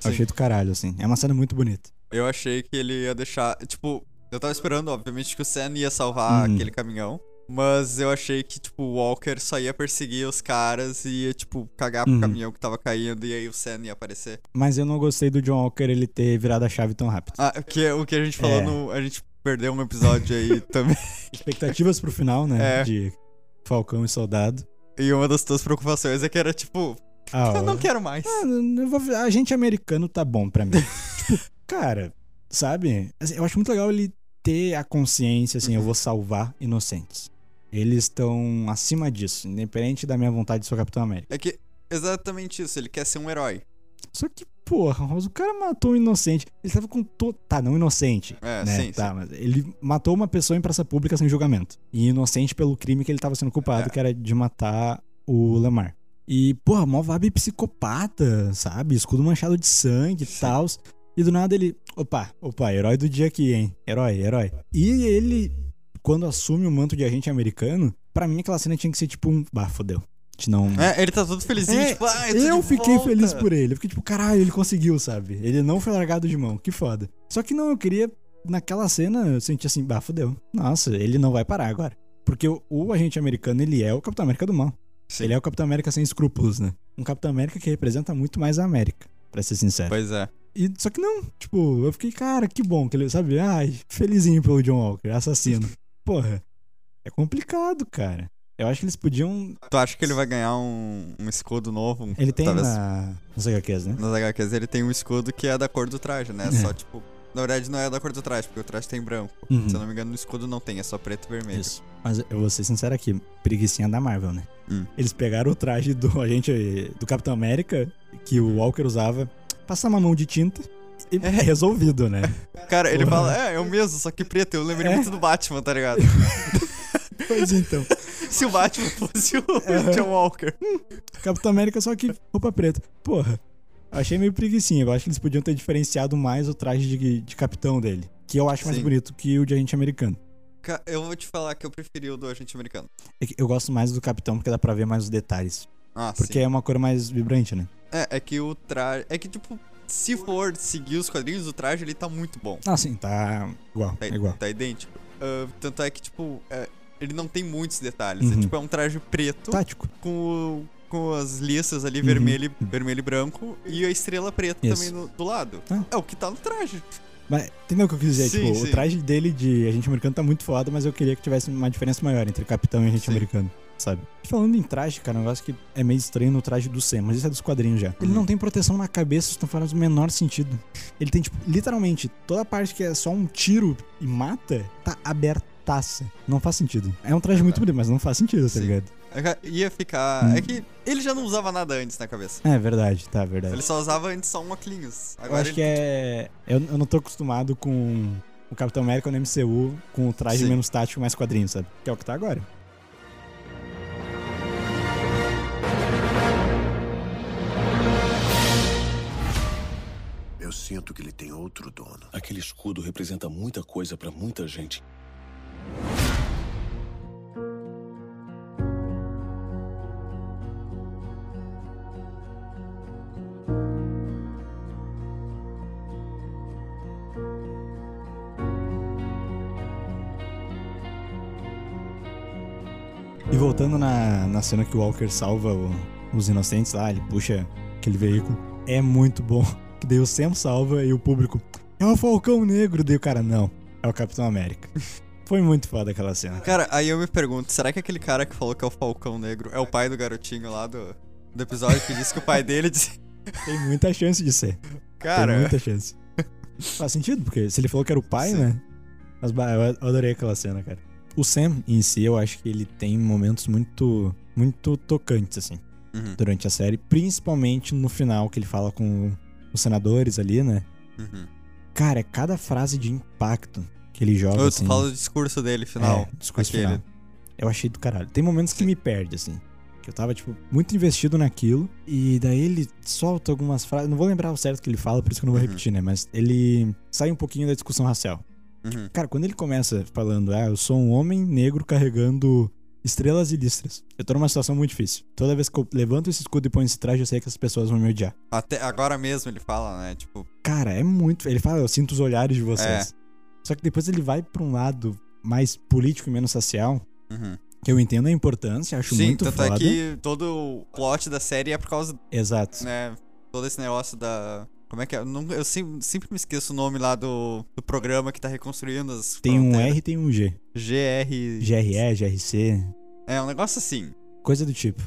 C: Sim.
B: Eu achei do caralho, assim. É uma cena muito bonita.
C: Eu achei que ele ia deixar. Tipo, eu tava esperando, obviamente, que o Sam ia salvar
B: Uhum.
C: aquele caminhão. Mas eu achei que, tipo, o Walker só ia perseguir os caras e ia, tipo, cagar pro
B: Uhum.
C: caminhão que tava caindo e aí o Sam ia aparecer.
B: Mas eu não gostei do John Walker ele ter virado a chave tão rápido.
C: Ah, o que, o que a gente falou
B: É.
C: no. A gente perdeu um
B: [laughs]
C: episódio aí também.
B: Expectativas pro final, né?
C: É.
B: De Falcão e Soldado.
C: E uma das tuas preocupações é que era, tipo,
B: Ah,
C: eu não
B: ó.
C: quero mais.
B: Ah, eu vou- a gente americano tá bom
C: [laughs]
B: pra mim. tipo, cara, sabe? Assim, Eu acho muito legal ele ter a consciência, assim,
C: Uhum.
B: eu vou salvar inocentes. Eles estão acima disso, independente da minha vontade de ser o Capitão América.
C: É que. Exatamente isso, ele quer ser um herói.
B: Só que, porra, mas o cara matou um inocente. Ele tava com todo. Tá, não inocente.
C: É,
B: né?
C: sim,
B: Tá, mas ele matou uma pessoa em praça pública sem julgamento. E inocente pelo crime que ele tava sendo culpado,
C: É.
B: que era de matar o Lamar. E, porra, mó vibe psicopata, sabe? Escudo manchado de sangue e
C: Sim.
B: tal. E do nada ele. Opa, opa, herói do dia aqui, hein? Herói, herói. E ele, quando assume o manto de agente americano, pra mim aquela cena tinha que ser tipo um. Bah, fodeu. A gente não.
C: É, ele tá todo felizinho,
B: É,
C: tipo, ah, eu tô
B: Eu
C: de
B: fiquei
C: volta."
B: feliz por ele. Eu Fiquei tipo, caralho, ele conseguiu, sabe? Ele não foi largado de mão, que foda. Só que não, eu queria. Naquela cena, eu senti assim, bah, fodeu. Nossa, ele não vai parar agora. Porque o, o agente americano, ele é o Capitão América do mal.
C: Sim.
B: Ele é o Capitão América sem escrúpulos, né? Um Capitão América que representa muito mais a América, pra ser sincero.
C: Pois é.
B: E, só que não, tipo, eu fiquei, cara, que bom que ele, sabe? Ai, felizinho pelo John Walker, assassino. Porra, é complicado, cara. Eu acho que eles podiam.
C: Tu acha que ele vai ganhar um, um escudo novo? Um-
B: Ele tem
C: talvez,
B: na. Não sei o que é, né?
C: Nas HQs ele tem um escudo que é da cor do traje, né?
B: É.
C: Só tipo. Na verdade não é da cor do traje, porque o traje tem branco.
B: Uhum.
C: Se eu não me engano, no escudo não tem, é só preto e vermelho.
B: Isso. Mas eu vou ser sincero aqui, preguiçinha da Marvel, né?
C: Hum.
B: Eles pegaram o traje do [laughs] agente do Capitão América, que o Walker usava, passar uma mão de tinta e é resolvido, né?
C: Cara, ele
B: Porra.
C: fala, é, é o mesmo, só que preto. Eu lembrei
B: É.
C: muito do Batman, tá
B: [laughs]
C: ligado? [laughs]
B: pois então.
C: Se o Batman fosse o
B: É.
C: [laughs] John Walker.
B: Capitão América só que roupa preta. Porra. eu Achei meio preguiçinha. Eu acho que eles podiam ter diferenciado mais o traje de, de capitão dele. Que eu acho mais
C: Sim.
B: bonito que o de agente americano.
C: Ca- Eu vou te falar que eu preferi o do agente americano.
B: É que Eu gosto mais do capitão porque dá pra ver mais os detalhes.
C: Ah,
B: Porque
C: sim.
B: é uma cor mais vibrante, né?
C: É, é que o traje. É que, tipo, se for seguir os quadrinhos, o traje ele tá muito bom.
B: Ah, sim, tá igual.
C: Tá,
B: É igual.
C: tá idêntico. Ah, tanto é que, tipo, é, ele não tem muitos detalhes.
B: Uhum.
C: É, tipo, é um traje preto
B: Tático.
C: com, o- com as listas ali,
B: Uhum.
C: vermelho, e- vermelho e branco, e a estrela preta
B: Isso.
C: também no- do lado.
B: Ah.
C: É o que tá no traje.
B: Mas, entendeu o que eu quis dizer? tipo,
C: Sim,
B: o
C: sim.
B: traje dele de agente americano tá muito foda, mas eu queria que tivesse uma diferença maior entre capitão e agente
C: Sim.
B: americano, sabe? E Falando em traje, cara, um negócio que é meio estranho no traje do Sam, mas isso é dos quadrinhos já. Ele
C: Uhum.
B: não tem proteção na cabeça, isso não faz o menor sentido. Ele tem, tipo, literalmente, toda a parte que é só um tiro e mata, tá abertaça. Não faz sentido. É um traje muito bonito, mas não faz sentido, tá
C: Sim.
B: ligado?
C: É que Ia ficar.
B: Uhum.
C: É que ele já não usava nada antes na cabeça.
B: É verdade, tá, verdade.
C: Ele só usava antes só um óculos.
B: Eu
C: Agora
B: acho
C: ele
B: que é. Eu, eu não tô acostumado com o Capitão América no MCU com o traje
C: Sim.
B: menos tático, mais quadrinho, sabe? Que é o que tá agora.
D: Eu sinto que ele tem outro dono.
E: Aquele escudo representa muita coisa pra muita gente.
B: E voltando na, na cena que o Walker salva o- os inocentes lá, ele puxa aquele veículo. É muito bom. [laughs] Que daí o Sam salva e o público. É o Falcão Negro. Daí o cara, não. É o Capitão América. [laughs] Foi muito foda aquela cena.
C: Cara, aí eu me pergunto, será que aquele cara que falou que é o Falcão Negro é o pai do garotinho lá do, do episódio que disse que o pai dele disse.
B: Tem muita chance de ser. Tem
C: Cara,
B: muita chance. [laughs] Faz sentido, porque se ele falou que era o pai,
C: Sim.
B: né? Mas bah, eu adorei aquela cena, cara. O Sam, em si, eu acho que ele tem momentos muito, muito tocantes, assim,
C: Uhum.
B: durante a série. Principalmente no final, que ele fala com os senadores ali, né?
C: Uhum.
B: Cara, é cada frase de impacto que ele joga,
C: eu
B: assim.
C: falo do discurso dele final.
B: É, discurso
C: aquele.
B: final. Eu achei do caralho. Tem momentos que me perde, assim. Que eu tava, tipo, muito investido naquilo. E daí ele solta algumas frases. Não vou lembrar o certo que ele fala, por isso que eu não vou
C: Uhum.
B: repetir, né? Mas ele sai um pouquinho da discussão racial.
C: Uhum.
B: Cara, quando ele começa falando, ah, eu sou um homem negro carregando estrelas e listras. Eu tô numa situação muito difícil. Toda vez que eu levanto esse escudo e ponho esse traje, eu sei que as pessoas vão me odiar.
C: Até agora mesmo ele fala, né? Tipo,
B: Cara, é muito. Ele fala, eu sinto os olhares de vocês.
C: É.
B: Só que depois ele vai pra um lado mais político e menos social,
C: uhum.
B: que eu entendo a importância, acho
C: sim,
B: muito
C: tanto
B: foda.
C: é que todo o plot da série é por causa,
B: Exato.
C: né? Todo esse negócio da. Como é que é? Eu nunca- Eu sempre, sempre me esqueço o nome lá do, do programa que tá reconstruindo as.
B: Tem um
C: fronteiras.
B: R e tem um G.
C: GR.
B: GRE, GRC,
C: É, um negócio assim.
B: coisa do tipo.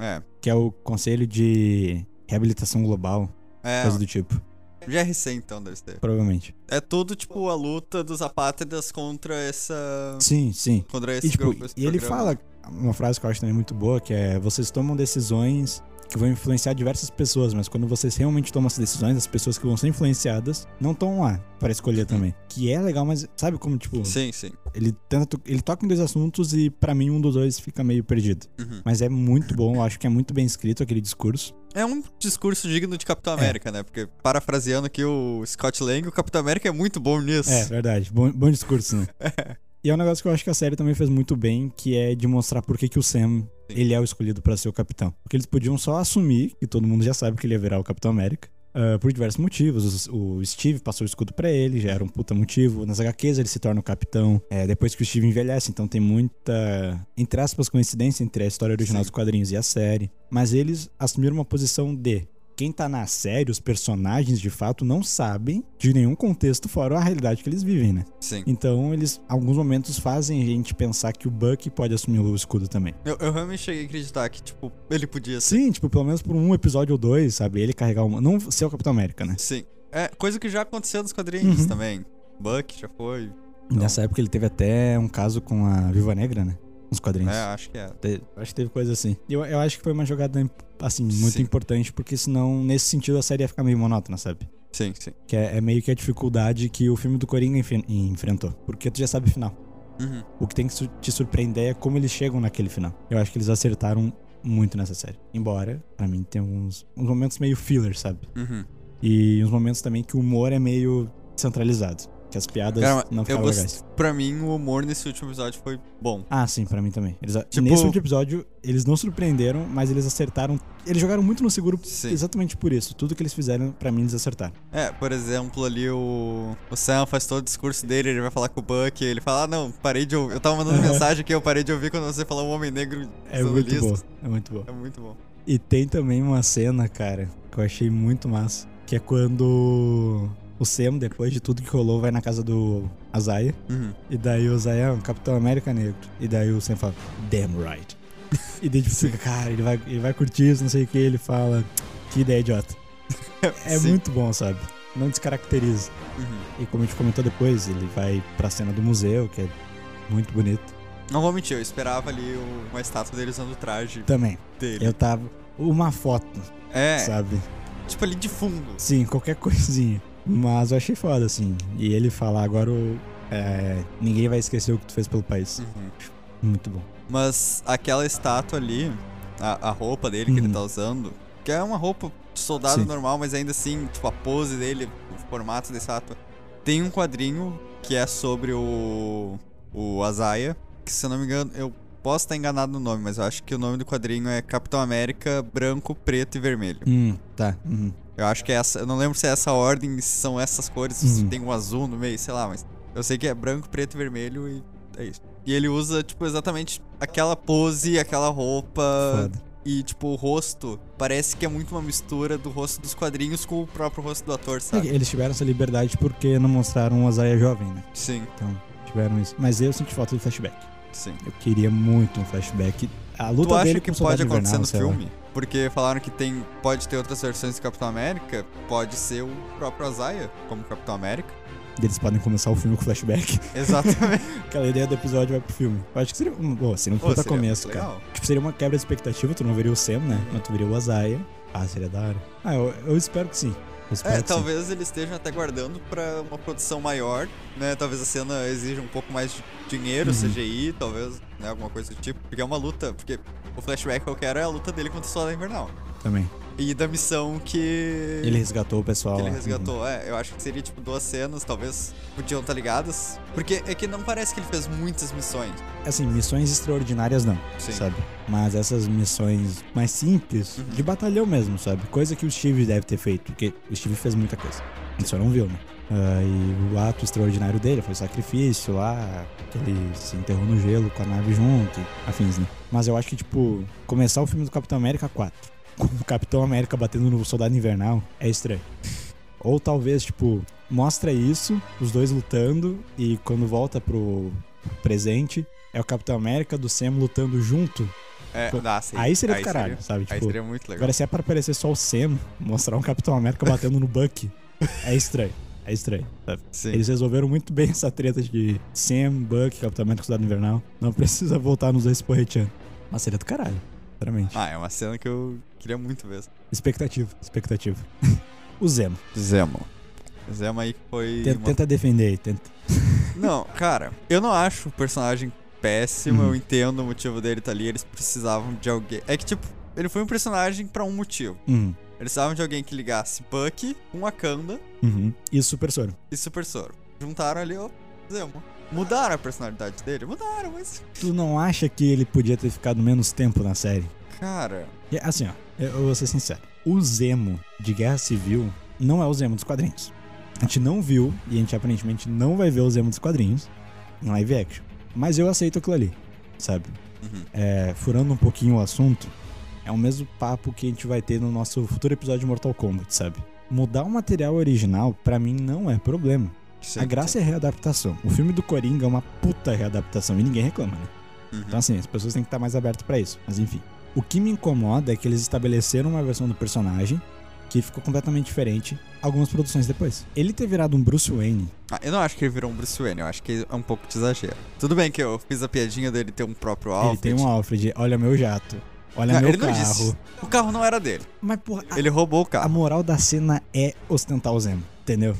C: É.
B: Que é o Conselho de Reabilitação Global,
C: É,
B: coisa do tipo,
C: GRC então deve ser.
B: provavelmente.
C: É tudo, tipo, a luta dos apátridas contra essa.
B: Sim, sim.
C: Contra esse
B: E, tipo,
C: grupo. esse
B: e ele
C: programa.
B: fala uma frase que eu acho também muito boa, que é vocês tomam decisões que vão influenciar diversas pessoas, mas quando vocês realmente tomam essas decisões, as pessoas que vão ser influenciadas não estão lá pra escolher também. Que é legal, mas sabe como, tipo,
C: Uhum. Sim, sim.
B: ele tenta to- ele toca em dois assuntos e pra mim um dos dois fica meio perdido.
C: Uhum.
B: Mas é muito bom, eu acho que é muito bem escrito aquele discurso.
C: É um discurso digno de Capitão
B: É.
C: América, né? Porque, parafraseando aqui o Scott Lang, o Capitão América é muito bom nisso.
B: É, verdade. Bom, bom discurso, né? E é um negócio que eu acho que a série também fez muito bem, que é de mostrar por que, que o Sam, ele é o escolhido pra ser o capitão. Porque eles podiam só assumir, que todo mundo já sabe que ele ia virar o Capitão América, ah, por diversos motivos. O, o Steve passou o escudo pra ele, já era um puta motivo. Nas HQs ele se torna o capitão, é, depois que o Steve envelhece, então tem muita, entre aspas, coincidência entre a história original dos
C: Sim.
B: quadrinhos e a série. Mas eles assumiram uma posição de quem tá na série, os personagens de fato, não sabem de nenhum contexto fora a realidade que eles vivem, né?
C: Sim.
B: Então, eles, alguns momentos, fazem a gente pensar que o Buck pode assumir o escudo também.
C: Eu, eu realmente cheguei a acreditar que, tipo, ele podia ser.
B: Sim, tipo, pelo menos por um episódio ou dois, sabe? Ele carregar uma. Não ser o Capitão América, né?
C: Sim. É, coisa que já aconteceu nos quadrinhos
B: Uhum.
C: também. Buck já foi.
B: Então. Nessa época, ele teve até um caso com a Viva Negra, né? Nos quadrinhos.
C: É, acho que é.
B: Te- Acho que teve coisa assim. E Eu, eu acho que foi uma jogada, assim, muito
C: Sim.
B: importante, porque senão, nesse sentido, a série ia ficar meio monótona, sabe?
C: Sim, sim.
B: Que é, é meio que a dificuldade que o filme do Coringa enfe- enfrentou. Porque tu já sabe o final.
C: Uhum.
B: O que tem que su- te surpreender é como eles chegam naquele final. Eu acho que eles acertaram muito nessa série. Embora, pra mim, tem uns, uns momentos meio filler, sabe?
C: Uhum.
B: E uns momentos também que o humor é meio centralizado. Que as piadas
C: Cara,
B: não
C: eu
B: ficaram
C: gost...
B: legais.
C: Pra mim, o humor nesse último episódio foi bom.
B: Ah, sim, pra mim também. Eles, a-
C: Tipo-
B: Nesse último episódio, eles não surpreenderam, mas eles acertaram. Eles jogaram muito no seguro
C: Sim.
B: exatamente por isso. Tudo que eles fizeram, pra mim, eles acertaram.
C: É, por exemplo, ali o. O Sam faz todo o discurso dele, ele vai falar com o Buck, ele fala, ah, não, parei de ouvir. Eu tava mandando
B: Aham.
C: mensagem aqui, eu parei de ouvir quando você falou o homem negro
B: É
C: sendo
B: muito
C: listo."
B: bom. É muito bom.
C: É muito bom.
B: E tem também uma cena, cara, que eu achei muito massa. Que é quando o Sam, depois de tudo que rolou, vai na casa do Azaia.
C: Uhum.
B: E daí o Azaia é um Capitão América negro. E daí o Sam fala, damn right. [laughs] e daí tipo, fica, cara, ele vai, ele vai curtir isso, não sei o que. Ele fala, que ideia
C: [laughs]
B: idiota. É
C: Sim.
B: muito bom, sabe? Não descaracteriza.
C: Uhum.
B: E como a gente comentou depois, ele vai pra cena do museu, que é muito bonito.
C: Não vou mentir, eu esperava ali o- uma estátua dele usando o traje
B: Também,
C: dele.
B: eu tava... Uma foto,
C: É,
B: sabe?
C: tipo ali de fundo.
B: Sim, qualquer [laughs] coisinha. Mas eu achei foda, assim. E ele falar agora o. é, ninguém vai esquecer o que tu fez pelo país.
C: Uhum.
B: Muito bom.
C: Mas aquela estátua ali, a, a roupa dele que ele
B: Uhum.
C: tá usando, que é uma roupa de soldado
B: Sim.
C: normal, mas ainda assim, tipo, a pose dele, o formato da estátua. Tem um quadrinho que é sobre o. o Azaia, que se eu não me engano, eu posso estar enganado no nome, mas eu acho que o nome do quadrinho é Capitão América Branco, Preto e Vermelho.
B: Hum, tá. uhum.
C: Eu acho que é essa. Eu não lembro se é essa ordem, se são essas cores, se
B: Uhum.
C: tem um azul no meio, sei lá, mas. Eu sei que é branco, preto e vermelho e é isso. E ele usa, tipo, exatamente aquela pose, aquela roupa.
B: Foda.
C: E, tipo, o rosto parece que é muito uma mistura do rosto dos quadrinhos com o próprio rosto do ator,
B: É que
C: sabe?
B: Eles tiveram essa liberdade porque não mostraram o Osaia jovem, né?
C: Sim,
B: Então, tiveram isso. Mas eu senti falta de flashback.
C: sim.
B: Eu queria muito um flashback. A luta
C: Tu acha
B: dele
C: que
B: com o Soldado
C: pode acontecer
B: Invernal,
C: no
B: sei lá.
C: filme? Porque falaram que tem, pode ter outras versões do Capitão América, pode ser o próprio Azaia como Capitão América. [laughs]
B: Eles podem começar o filme com flashback. [laughs]
C: Exatamente.
B: Aquela ideia do episódio vai pro filme. Eu acho que seria um. Pô, seria um
C: Pô,
B: puta
C: seria
B: começo,
C: legal.
B: cara. Tipo, seria uma quebra de expectativa, tu não veria o Sam, né? Mas tu veria o Azaia. Ah, seria da hora. Ah, eu, eu espero que sim. Eu espero
C: É,
B: que sim.
C: talvez eles estejam até guardando pra uma produção maior, né? Talvez a cena exija um pouco mais de
B: Uhum.
C: dinheiro, CGI, talvez, né? Alguma coisa do tipo. Porque é uma luta, porque o flashback que eu quero é a luta dele contra o Soldado Invernal.
B: Também.
C: E da missão que
B: Ele resgatou né? o pessoal.
C: que ele
B: lá.
C: resgatou. É, eu acho que seria tipo duas cenas, talvez podiam estar ligadas. Porque é que não parece que ele fez muitas missões.
B: Uhum. Assim, missões extraordinárias não,
C: Sim.
B: sabe? Mas essas missões mais simples, de batalhão mesmo, sabe? Coisa que o Steve deve ter feito, porque o Steve fez muita coisa. Ele só não viu, né? Ah, e o ato extraordinário dele foi o sacrifício lá, que ele se enterrou no gelo com a nave junto, afins, né? Mas eu acho que, tipo, começar o filme do Capitão América 4 [laughs] com o Capitão América batendo no Soldado Invernal é estranho. Ou talvez, tipo, mostra isso, os dois lutando, e quando volta pro presente, é o Capitão América do Sam lutando junto.
C: É,
B: Pô,
C: dá, sim.
B: aí seria do caralho, sabe?
C: aí
B: Tipo,
C: seria muito legal.
B: Agora, se é pra aparecer só o Sam, mostrar um Capitão América batendo no
C: [laughs]
B: Buck, é estranho. É estranho. sabe?
C: Sim.
B: Eles resolveram muito bem essa treta de Sam, Buck, Capitão América, Soldado Invernal. Não precisa voltar nos dois se porreteando. Mas seria do caralho, sinceramente.
C: Ah, é uma cena que eu queria muito ver.
B: Expectativa,
C: [laughs]
B: expectativa. o Zemo.
C: Zemo. Zemo aí que foi.
B: Tenta,
C: uma-
B: tenta defender aí, tenta.
C: Não, cara, eu não acho o personagem péssimo,
B: Uhum.
C: eu entendo o motivo dele tá ali, eles precisavam de alguém. É que, tipo, ele foi um personagem pra um motivo.
B: Hum,
C: Eles precisavam de alguém que ligasse Bucky com Wakanda
B: uhum. E o Super Soro.
C: e Super Soro. Juntaram ali o Zemo. Mudaram a personalidade dele? Mudaram, mas.
B: Tu não acha que ele podia ter ficado menos tempo na série?
C: Cara.
B: E, Assim, ó, eu eu vou ser sincero. O Zemo de Guerra Civil não é o Zemo dos quadrinhos. A gente não viu, e a gente aparentemente não vai ver o Zemo dos quadrinhos em live action. Mas eu aceito aquilo ali, sabe?
C: Uhum.
B: É, furando um pouquinho o assunto, é o mesmo papo que a gente vai ter no nosso futuro episódio de Mortal Kombat, sabe? Mudar o material original, pra mim, não é problema.
C: sim,
B: a graça é a readaptação. O filme do Coringa é uma puta readaptação e ninguém reclama, né?
C: Uhum.
B: Então, assim, as pessoas têm que estar mais abertas pra isso. Mas, enfim. O que me incomoda é que eles estabeleceram uma versão do personagem que ficou completamente diferente algumas produções depois. Ele ter virado um Bruce Wayne,
C: Ah, eu não acho que ele virou um Bruce Wayne, eu acho que é um pouco de exagero. Tudo bem que eu fiz a piadinha dele ter um próprio
B: ele
C: Alfred.
B: tem um Alfred, olha meu jato, olha
C: Não,
B: meu
C: ele
B: carro. Ah,
C: não disse. O carro não era dele.
B: Mas, porra, a,
C: Ele roubou
B: a
C: o carro.
B: moral da cena é ostentar o Zemo, entendeu?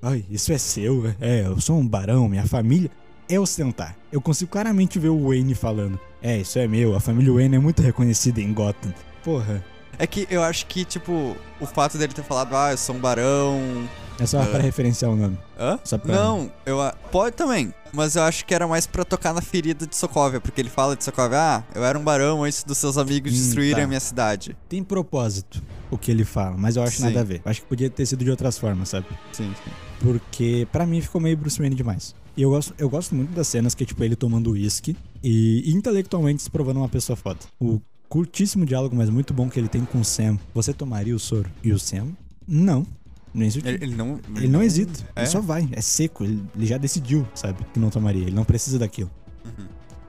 B: Ai, isso é seu, é, eu sou um barão, minha família é ostentar. Eu consigo claramente ver o Wayne falando, é, isso é meu, a família Wayne é muito reconhecida em Gotham. Porra,
C: É que eu acho que, tipo, o fato dele ter falado, ah, eu sou um barão.
B: é só pra referenciar o nome.
C: Hã?
B: Só pra-
C: Não, eu. a- Pode também. Mas eu acho que era mais pra tocar na ferida de Sokovia. Porque ele fala de Sokovia, ah, eu era um barão antes dos seus amigos
B: Hum,
C: destruírem
B: tá.
C: a minha cidade.
B: tem propósito o que ele fala, mas eu acho
C: Sim.
B: nada a ver. Eu acho que podia ter sido de outras formas, sabe?
C: Sim, sim.
B: Porque pra mim ficou meio Bruce Wayne demais. E eu gosto, eu gosto muito das cenas que é tipo ele tomando uísque e intelectualmente se provando uma pessoa foda. O curtíssimo diálogo, mas muito bom que ele tem com o Sam. Você tomaria o soro? E o Sam? Não. Nem se
C: Ele, ele não.
B: ele não hesita,
C: É?
B: ele só vai. É seco, ele, ele já decidiu, sabe, que não tomaria. Ele não precisa daquilo.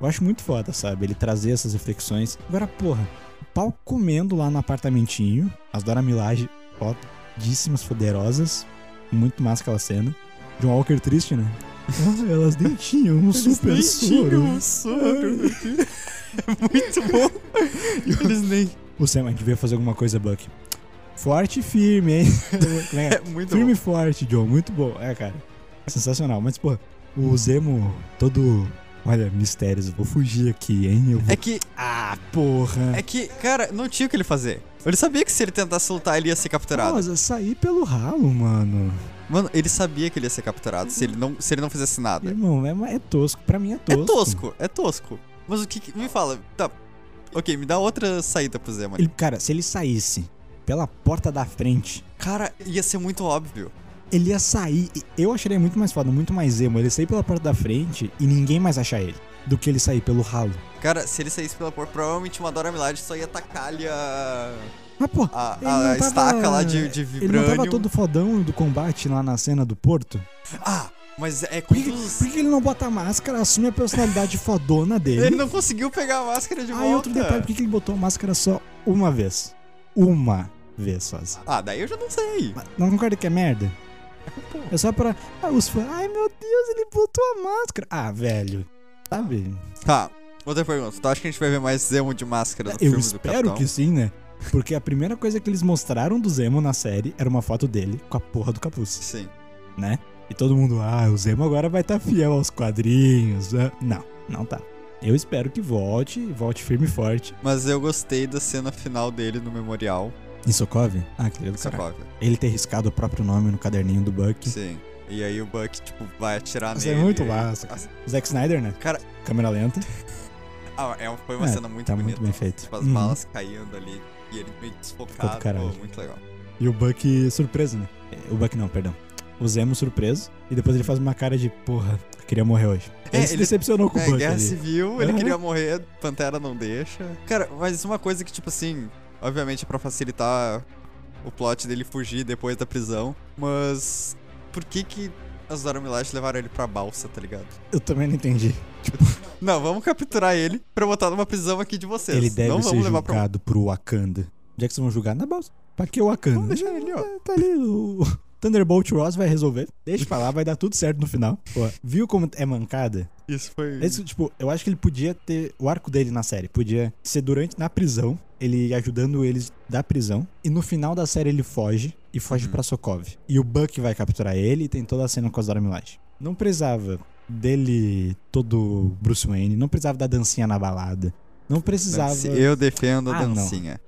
B: Eu acho muito foda, sabe, ele trazer essas reflexões. Agora, porra, o pau comendo lá no apartamentinho, as Dora Milaje, fodíssimas, poderosas. Muito massa aquela cena. John Walker triste, né? Ah, elas nem tinham um super
C: nem
B: soro.
C: tinham um soro. Muito bom. Eles nem.
B: O Sam, a gente veio fazer alguma coisa, Buck. Forte e firme, hein? Como é que é?
C: É muito
B: Firme
C: bom.
B: e forte, John. Muito bom. É, cara. Sensacional. Mas, pô, o Zemo todo. Olha, mistérios, eu vou fugir aqui, hein? Eu vou...
C: É que,
B: Ah, porra.
C: é que, cara, não tinha o que ele fazer. Ele sabia que se ele tentasse lutar, ele ia ser capturado.
B: Nossa, saí pelo ralo, mano.
C: Mano, ele sabia que ele ia ser capturado se ele não, se ele não fizesse nada.
B: Irmão, é, é tosco. Pra mim é tosco.
C: É tosco, é tosco. Mas o que, que- Me fala. Tá. Ok, me dá outra saída pro Zemo. ali.
B: Ele- cara, se ele saísse pela porta da frente,
C: Cara, ia ser muito óbvio.
B: ele ia sair. e Eu acharia muito mais foda, muito mais Zemo. Ele sair pela porta da frente e ninguém mais achar ele. do que ele sair pelo ralo.
C: Cara, se ele saísse pela porta, provavelmente uma Dora Milaje só ia tacar ali a.
B: Mas, pô,
C: a,
B: ele
C: a
B: não tava-
C: estaca lá de, de
B: ele não tava
C: vibranium.
B: todo fodão do combate lá na cena do porto?
C: Ah, mas é
B: Por
C: quando
B: que,
C: os-
B: por que ele não bota a máscara, assume a personalidade fodona dele?
C: Ele não conseguiu pegar a máscara de
B: Ah,
C: volta.
B: e outro detalhe, por que que ele botou a máscara só uma vez? Uma vez só.
C: Ah, daí eu já não sei.
B: Mas Não concorda que é merda? É só pra. Ah, os fãs. Ai meu Deus, ele botou a máscara. Ah, velho. Sabe?
C: Tá, outra pergunta. Tu acha que a gente vai ver mais Zemo de máscara no
B: Eu
C: filme do
B: espero
C: Capitão?
B: que sim, né? Porque a primeira coisa que eles mostraram do Zemo na série era uma foto dele com a porra do capuz,
C: Sim.
B: né? E todo mundo, ah, o Zemo agora vai estar fiel aos quadrinhos. né? Não, não tá. Eu espero que volte, volte firme e forte.
C: Mas eu gostei da cena final dele no memorial.
B: Em Sokov? Ah, que legal. do caralho.
C: Sokovia.
B: Ele ter riscado o próprio nome no caderninho do Buck.
C: Sim. E aí o Buck, tipo, vai atirar
B: Isso é
C: nele.
B: muito massa,
C: Nossa,
B: Zack Snyder, né?
C: Cara-
B: Câmera lenta.
C: Ah, é, foi uma
B: É,
C: cena muito
B: tá muito
C: bonita.
B: bem feito.
C: Tipo, as
B: Uhum.
C: balas caindo ali e ele meio desfocado.
B: caralho.
C: Pô, muito legal.
B: Uhum. E o Buck surpreso, né? É, O Buck não, perdão. O Zemo surpreso. E depois ele faz uma cara de, porra, queria morrer hoje.
C: É,
B: Ele se
C: ele-
B: decepcionou com o
C: É,
B: Buck.
C: guerra
B: ali.
C: civil, ele
B: Aham.
C: queria morrer, Pantera não deixa. Cara, mas uma coisa que, tipo assim, obviamente é pra facilitar o plot dele fugir depois da prisão, mas por que que as Dora Milaje levaram ele pra balsa, tá ligado?
B: Eu também não entendi.
C: Não, vamos capturar ele pra botar numa prisão aqui de vocês.
B: ele deve
C: não
B: ser
C: vamos levar pra... um
B: julgado pro Wakanda. Onde é que vocês vão julgar? Na balsa. Pra que o Wakanda?
C: Vamos deixar ele, ó.
B: Tá- Tá ali o... Thunderbolt Ross vai resolver. Deixa pra lá, vai dar tudo certo no final. Pô, viu como é mancada?
C: Isso foi...
B: Esse, tipo, eu acho que ele podia ter. O arco dele na série podia ser durante na prisão, ele ajudando eles da prisão. E no final da série ele foge e
C: Uhum.
B: foge pra Sokov. E o Buck vai capturar ele e tem toda a cena com as Dora Milaje. Não precisava dele todo Bruce Wayne, não precisava da dancinha na balada. Não precisava.
C: Danci- Né? Eu defendo a
B: Ah, não.
C: dancinha.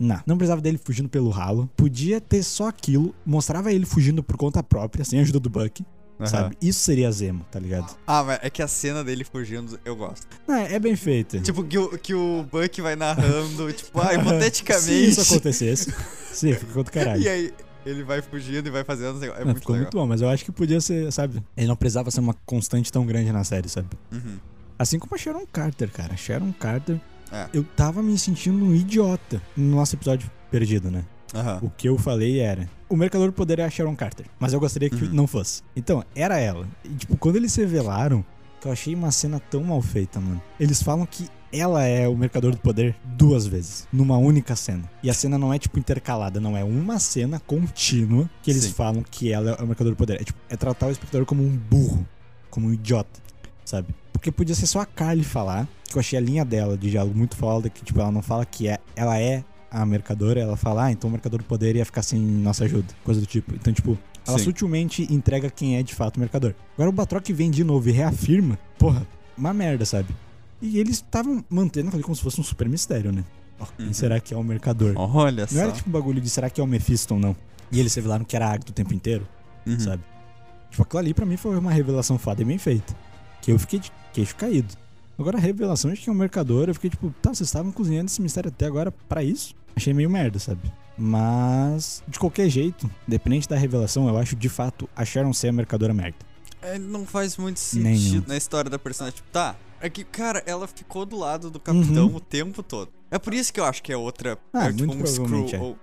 B: Não, não precisava dele fugindo pelo ralo. Podia ter só aquilo. Mostrava ele fugindo por conta própria, sem a ajuda do Buck.
C: Aham.
B: Sabe? Isso seria Zemo, tá ligado?
C: Ah, mas é que a cena dele fugindo, eu gosto.
B: Não, é é bem feito.
C: Tipo, que o, que o Buck vai narrando, [laughs] tipo, ah, hipoteticamente.
B: Se isso acontecesse. Sim, ficou do caralho.
C: [laughs] E aí, ele vai fugindo e vai fazendo os negócios. É
B: Não,
C: muito
B: ficou
C: legal.
B: muito bom, mas eu acho que podia ser, sabe? Ele não precisava ser uma constante tão grande na série, sabe?
C: Uhum.
B: Assim como a Sharon Carter, cara. Sharon Carter.
C: É.
B: Eu tava me sentindo um idiota no nosso episódio perdido, né?
C: Aham.
B: O que eu falei era. O Mercador do Poder é a Sharon Carter, mas eu gostaria que
C: Uhum.
B: não fosse. Então, era ela. E, tipo, quando eles se revelaram, eu achei uma cena tão mal feita, mano. Eles falam que ela é o Mercador do Poder duas vezes, numa única cena. E a cena não é, tipo, intercalada, não. É uma cena contínua que eles
C: Sim.
B: falam que ela é o Mercador do Poder. É, tipo, é tratar o espectador como um burro, como um idiota, sabe? Porque podia ser só a Carly falar, que eu achei a linha dela de diálogo muito foda, que, tipo, ela não fala que é, ela é a mercadora, ela fala, ah, então o mercador do poder ia ficar sem nossa ajuda, coisa do tipo. Então, tipo, ela
C: Sim.
B: sutilmente entrega quem é de fato o mercador. Agora o Batroc vem de novo e reafirma, porra, uma merda, sabe? E eles estavam mantendo ali como se fosse um super mistério, né? Ó, quem
C: Uhum.
B: será que é o mercador?
C: Olha
B: Não era tipo um bagulho de será que é o Mephisto ou não? E eles revelaram que era a Agda o tempo inteiro,
C: Uhum.
B: sabe? Tipo, aquilo ali pra mim foi uma revelação fada e bem feita. Que eu fiquei de queixo caído. Agora a revelação de que é um mercador, eu fiquei tipo, tá, vocês estavam cozinhando esse mistério até agora pra isso? Achei meio merda, sabe? Mas, de qualquer jeito, dependente da revelação, eu acho de fato a Sharon ser a mercadora merda.
C: É, não faz muito
B: Nenhum.
C: sentido na história da personagem. Tipo, tá. É que, cara, ela ficou do lado do capitão
B: Uhum.
C: o tempo todo. É por isso que eu acho que é outra.
B: Ah,
C: é, tipo,
B: muito
C: um screw.
B: provavelmente é.
C: Ou...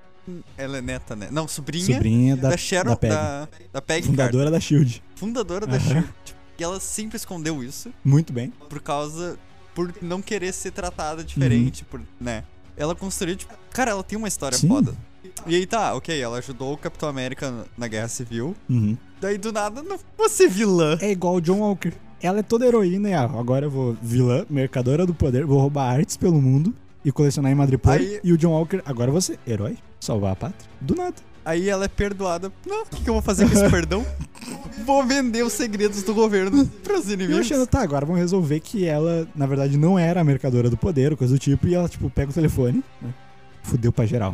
C: Ela é neta, né? Não, sobrinha,
B: Sobrinha da,
C: da,
B: da
C: Sharon. Da
B: Peggy.
C: Peg. Da, Peggy
B: fundadora da Shield.
C: Carter, fundadora da
B: Aham.
C: Shield. Tipo, e ela sempre escondeu isso
B: Muito bem.
C: por causa. Por não querer ser tratada diferente, por, né? Ela construiu, tipo. Cara, ela tem uma história
B: Uhum. Sim.
C: foda. E aí tá, ok, ela ajudou o Capitão América na Guerra Civil.
B: Uhum.
C: Daí do nada, não, você vilã.
B: É igual o John Walker. Ela é toda heroína e ah, agora eu vou vilã, mercadora do poder, vou roubar artes pelo mundo e colecionar em Madripoor.
C: Aí-
B: E o John Walker, agora você, herói, salvar a pátria. Do nada.
C: Aí ela é perdoada. Não, o que, que eu vou fazer com
B: [laughs]
C: esse perdão? Vou vender os segredos do governo pros
B: E eu
C: inimigos.
B: achando, tá, agora vão resolver que ela, na verdade, não era a mercadora do poder, ou coisa do tipo, e ela, tipo, pega o telefone, né? Fudeu pra geral.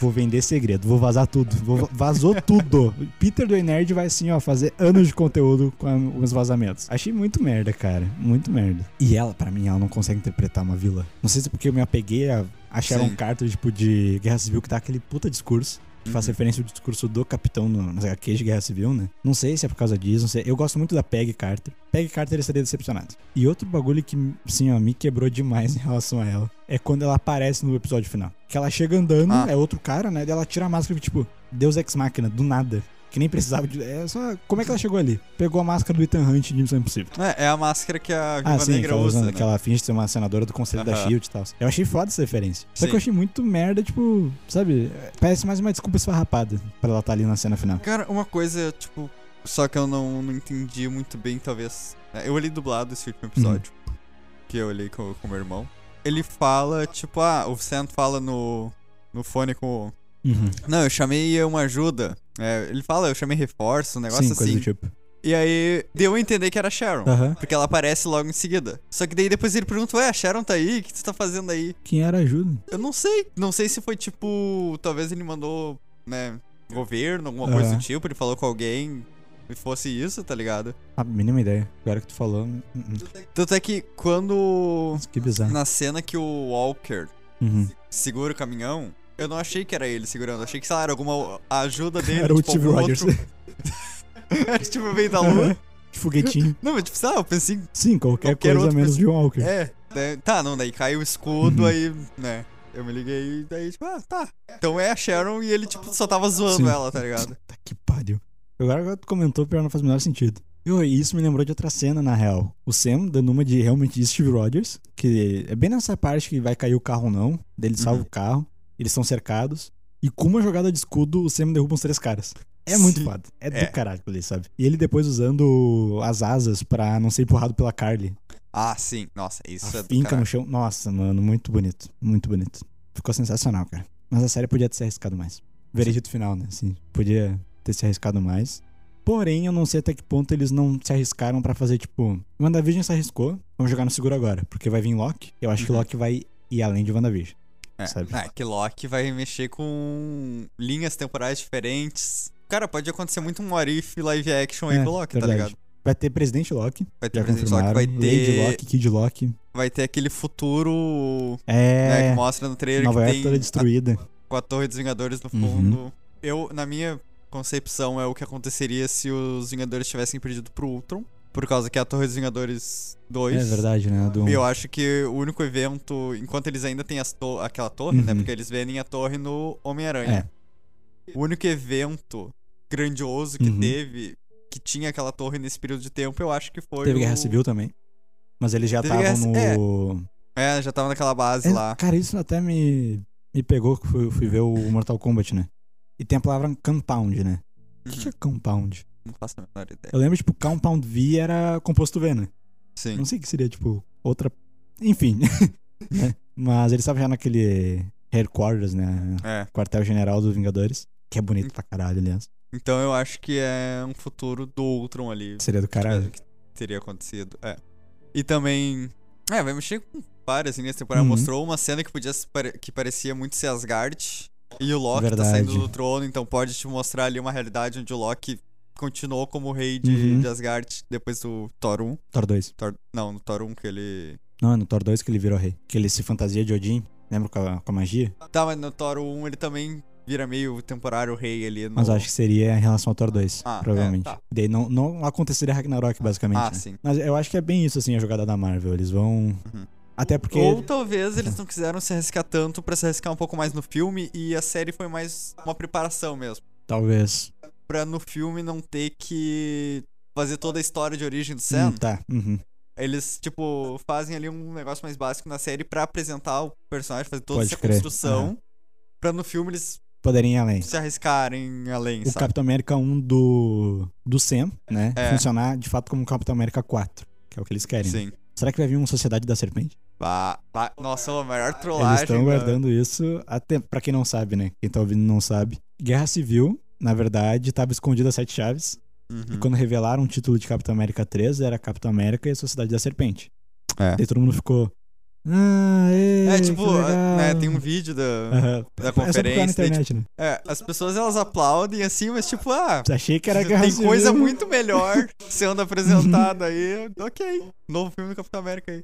B: Vou vender segredo, vou vazar tudo. vou- vazou tudo. Peter do Nerd vai assim, ó, fazer anos de conteúdo com a- os vazamentos. Achei muito merda, cara. Muito merda. E ela, pra mim, ela não consegue interpretar uma vilã. Não sei se é porque eu me apeguei a, a Sharon
C: Sim.
B: Carter, tipo, de Guerra Civil, que dá aquele puta discurso. que faz referência ao discurso do capitão no, nas HQs de Guerra Civil, né? Não sei se é por causa disso, não sei. Eu gosto muito da Peg Carter. Peg Carter eu estaria decepcionado. E outro bagulho que, assim, ó, me quebrou demais [laughs] em relação a ela é quando ela aparece no episódio final. Que ela chega andando,
C: Ah.
B: é outro cara, né? Daí ela tira a máscara e, tipo, Deus Ex Máquina, do nada. Que nem precisava de. É só. Como é que ela chegou ali? Pegou a máscara do Ethan Hunt de Missão Impossível.
C: É, é a máscara que a Viva
B: Ah, sim, que
C: Negra
B: ela,
C: usa.
B: usando,
C: né?
B: que ela finge ser uma senadora do Conselho da
C: Aham.
B: Shield e tal. Eu achei foda essa referência. Só que
C: Sim.
B: eu achei muito merda, tipo, sabe? Parece mais uma desculpa esfarrapada pra ela estar ali na cena final.
C: Cara, uma coisa, tipo, só que eu não, não entendi muito bem, talvez. É, Eu olhei dublado esse último episódio, que eu olhei com, com meu irmão. Ele fala, tipo, ah, o Sam fala no, no fone com.
B: Uhum.
C: Não, eu chamei uma ajuda. É, ele fala, eu chamei reforço, um negócio
B: Sim, coisa
C: assim.
B: do tipo.
C: E aí deu a entender que era a Sharon.
B: Aham.
C: Porque ela aparece logo em seguida. Só que daí depois ele pergunta, ué, a Sharon tá aí? O que você tá fazendo aí?
B: Quem era ajuda?
C: Eu não sei. Não sei se foi tipo. Talvez ele mandou, né? Governo, alguma coisa
B: Aham.
C: do tipo. Ele falou com alguém e fosse isso, tá ligado?
B: A mínima ideia. Agora que tu falou. hum, hum.
C: Tanto é que quando.
B: Nossa, Que bizarro.
C: Na cena que o Walker
B: Uhum.
C: segura o caminhão, eu não achei que era ele segurando. Eu achei que, sei lá, era alguma
B: [laughs]
C: ajuda dele.
B: Era o
C: tipo,
B: Steve
C: algum
B: Rogers.
C: outro- [laughs] Era tipo meio da lua.
B: De [laughs] foguetinho.
C: Não, mas tipo, sei lá, eu pensei.
B: Sim, qualquer,
C: Qualquer
B: coisa
C: outro
B: menos de Walker.
C: É. né, Tá, não, daí cai o
B: Uhum.
C: escudo, aí, né? Eu me liguei e daí, tipo, ah, tá. Então é a Sharon e ele, tipo, só tava zoando
B: Sim.
C: ela, tá ligado?
B: Puta que pariu. Agora que tu comentou, pior não faz o menor sentido. Eu, e isso me lembrou de outra cena, na real. O Sam dando uma de realmente Steve Rogers, que é bem nessa parte que vai cair o carro ou não. Daí ele
C: Uhum.
B: salva o carro, eles são cercados. E com uma jogada de escudo, o Sam derruba uns três caras. É muito
C: Sim.
B: foda. É,
C: É.
B: do caralho ali, sabe? E ele depois usando as asas pra não ser empurrado pela Carly.
C: Ah, sim. Nossa, isso é
B: a
C: do
B: finca
C: caralho.
B: no chão. Nossa, mano, muito bonito. Muito bonito. Ficou sensacional, cara. Mas a série podia ter se arriscado mais. Veredito final, né? Assim, podia ter se arriscado mais. Porém, eu não sei até que ponto eles não se arriscaram pra fazer, tipo, WandaVision se arriscou, vamos jogar no seguro agora, porque vai vir Loki. Eu acho que
C: Uhum.
B: Loki vai ir além de WandaVision.
C: É,
B: sabe?
C: é, que Loki vai mexer com linhas temporais diferentes. Cara, pode acontecer muito um Arif live action aí
B: É,
C: com o Loki,
B: verdade.
C: tá ligado?
B: Vai ter Presidente Loki,
C: Vai ter
B: já
C: Presidente Loki,
B: confirmaram.
C: vai
B: Lady
C: ter.
B: Loki, Kid Loki.
C: Vai ter aquele futuro né,
B: É.
C: que mostra no trailer
B: Nova
C: que
B: York
C: tem
B: toda
C: a
B: destruída.
C: com a Torre dos Vingadores no
B: Uhum.
C: fundo. Eu, na minha concepção, é o que aconteceria se os Vingadores tivessem perdido pro Ultron. Por causa que é a Torre dos Vingadores 2.
B: É verdade, né? Do...
C: E eu acho que o único evento, enquanto eles ainda têm as to- aquela torre, né?
B: Uhum. É.
C: Porque eles vendem a torre no Homem-Aranha. O único evento grandioso que
B: Uhum.
C: teve, que tinha aquela torre nesse período de tempo, eu acho que foi.
B: Teve
C: o...
B: Guerra Civil também. Mas eles já
C: Teve guerra-
B: estavam no.
C: É, já tava naquela base
B: É,
C: lá.
B: Cara, isso até me, me pegou que fui, fui ver o Mortal Kombat, né? E tem a palavra compound, né? O que, que é compound?
C: Não faço a menor ideia.
B: Eu lembro, tipo, compound V era composto V, né?
C: Sim.
B: Não sei o que seria, tipo, outra. Enfim. [laughs] né? Mas ele estavam já naquele headquarters, né?
C: É. Hum.
B: Quartel-general dos Vingadores. Que é bonito pra caralho, aliás.
C: Então eu acho que é um futuro do Ultron ali.
B: Seria do
C: É,
B: caralho.
C: que teria acontecido. É. E também. É, vai mexer com várias assim, nessa temporada.
B: Uhum.
C: Mostrou uma cena que podia se pare- que parecia muito ser Asgard. E o Loki tá saindo
B: Verdade.
C: do trono, então pode te mostrar ali uma realidade onde o Loki continuou como rei de,
B: Uhum.
C: de Asgard depois do Thor 1.
B: Thor 2.
C: Thor- Não, no Thor 1 que ele.
B: Não, é no Thor 2 que ele virou rei. Que ele se fantasia de Odin. Lembra com a, com a magia?
C: Tá, mas no Thor 1 ele também vira meio temporário rei ali. No...
B: Mas eu acho que seria em relação ao Thor 2,
C: Ah, é,
B: provavelmente.
C: tá.
B: Daí não, não aconteceria Ragnarok, basicamente.
C: Ah,
B: né?
C: sim.
B: Mas eu acho que é bem isso, assim, a jogada da Marvel. Eles vão.
C: Uhum.
B: Até porque. Tá.
C: Ou talvez eles não quiseram se arriscar tanto pra se arriscar um pouco mais no filme e a série foi mais uma preparação mesmo.
B: Talvez.
C: pra no filme não ter que fazer toda a história de origem do Sam.
B: Hum, tá. Uhum.
C: Eles, tipo, fazem ali um negócio mais básico na série pra apresentar o personagem, fazer toda
B: Pode
C: essa
B: crer. É.
C: construção. Pra no filme eles
B: Poderiam ir além.
C: se arriscarem além,
B: O
C: sabe?
B: Capitão América 1 do. do Sam, né?
C: É.
B: Funcionar de fato como Capitão América 4. Que é o que eles querem. né?
C: Sim.
B: Será que vai vir uma Sociedade da Serpente?
C: Bah, bah, nossa, a maior
B: Eles
C: trollagem.
B: estão
C: da-
B: guardando isso até. Pra quem não sabe, né? Quem tá ouvindo não sabe. Guerra Civil, na verdade, tava escondida as sete chaves. E
C: Uhum.
B: quando revelaram o título de Capitão América 3, era Capitão América e a Sociedade da Serpente.
C: É.
B: Daí todo mundo ficou. Ah, ê,
C: É,
B: que
C: tipo,
B: legal."
C: né, tem um vídeo da,
B: Aham.
C: da
B: É só procurar na
C: conferência. daí,
B: internet, né?
C: tipo, é, as pessoas elas aplaudem assim, mas tipo, ah,
B: [laughs] Achei que era Guerra
C: tem
B: Civil.
C: coisa muito melhor sendo apresentada aí. Ok, novo filme do Capitão América aí.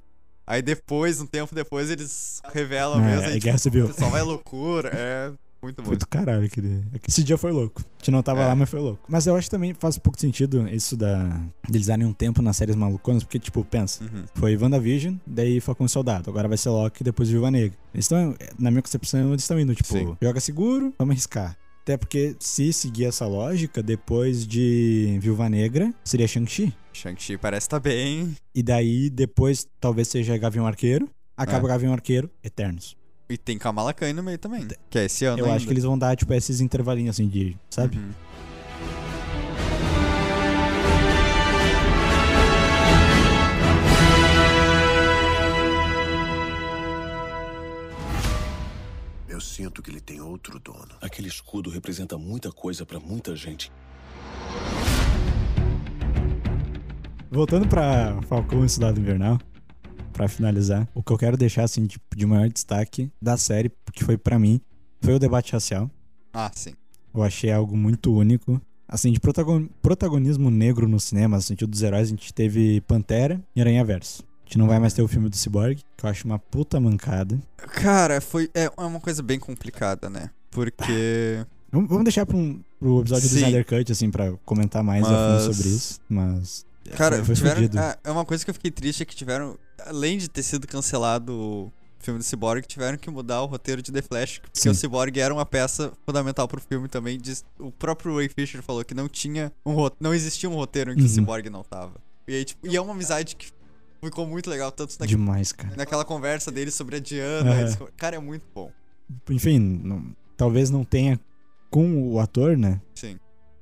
C: Aí depois, um tempo depois, eles revelam
B: É,
C: mesmo.
B: é
C: Aí, tipo,
B: Guerra Civil.
C: o pessoal vai à loucura. É Muito bom.
B: Foi do caralho aquele. Esse dia foi louco. A gente não tava
C: É.
B: lá, mas foi louco. Mas eu acho que também faz um pouco sentido isso da. deles darem um tempo nas séries maluconas, porque, tipo, pensa.
C: Uhum.
B: Foi WandaVision, daí Falcão e Soldado. Agora vai ser Loki, depois Viúva Negra. Eles estão, na minha concepção, eles estão indo, tipo,
C: Sim.
B: joga seguro, vamos arriscar. Até porque, se seguir essa lógica, depois de Viúva Negra, seria Shang-Chi.
C: Shang-Chi parece tá bem.
B: E daí, depois, talvez seja Gavião Arqueiro. Acaba
C: É.
B: Gavião Arqueiro, Eternos.
C: E tem Kamala Khan no meio também. Que é esse ano
B: Eu
C: ainda.
B: acho que eles vão dar, tipo, esses intervalinhos, assim, de... Sabe?
C: Uhum.
D: Eu sinto que ele tem outro dono.
E: Aquele escudo representa muita coisa pra muita gente.
B: Voltando pra Falcão e Cidade Invernal, pra finalizar, o que eu quero deixar, assim, de, de maior destaque da série, que foi pra mim, foi o debate racial.
C: Ah, sim.
B: Eu achei algo muito único. Assim, de protagon- protagonismo negro no cinema, no sentido dos heróis, a gente teve Pantera e Aranha Verso. A gente não vai mais ter o filme do Cyborg, que eu acho uma puta mancada.
C: Cara, foi. É é uma coisa bem complicada, né? Porque.
B: Vamos vamos deixar pra um, pro episódio do
C: Sim.
B: Snyder Cut, assim, pra comentar mais a
C: Mas-
B: fundo sobre isso. Mas.
C: Cara,
B: É, foi
C: tiveram.
B: fudido.
C: ah, É uma coisa que eu fiquei triste é que tiveram. Além de ter sido cancelado o filme do Cyborg, tiveram que mudar o roteiro de The Flash. Porque
B: Sim.
C: o Cyborg era uma peça fundamental pro filme também. diz- o próprio Ray Fisher falou que não tinha um roteiro. Não existia um roteiro em que
B: Uhum.
C: o Cyborg não tava. E aí, tipo, e é uma amizade que ficou muito legal, tanto na,
B: Demais, cara.
C: naquela conversa dele sobre a Diana.
B: Aham.
C: eles- cara, é muito bom.
B: enfim, não- talvez não tenha com o ator, né?
C: Sim.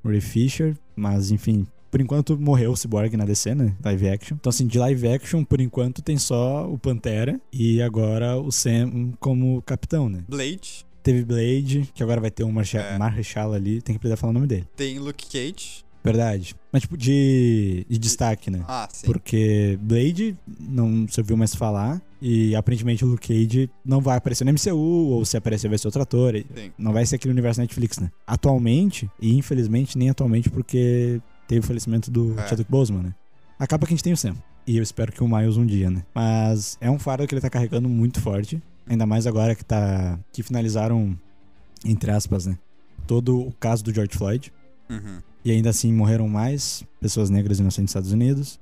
B: O Ray Fisher, mas enfim, por enquanto morreu o Cyborg na DC, né? Live action. Então, assim, de live action, por enquanto, tem só o Pantera e agora o Sam como capitão, né?
C: Blade,
B: Teve Blade, que agora vai ter um marcha
C: É.
B: Marshall ali, tem que aprender a falar o nome dele.
C: tem Luke Cage.
B: Verdade. Mas, tipo, de, de destaque, né?
C: Ah, sim.
B: Porque Blade não se ouviu mais falar. E aparentemente o Luke Cage não vai aparecer no MCU, ou se aparecer vai ser outro ator. e
C: Sim.
B: Não vai ser aquele universo Netflix, né? Atualmente, e infelizmente nem atualmente porque teve o falecimento do
C: É.
B: Chadwick Boseman, né? Acaba que a gente tem o Sam. E eu espero que o Miles um dia, né? Mas é um fardo que ele tá carregando muito forte. Ainda mais agora que tá. que finalizaram, entre aspas, né? Todo o caso do George Floyd.
C: Uhum.
B: E ainda assim morreram mais pessoas negras inocentes nos Estados Unidos.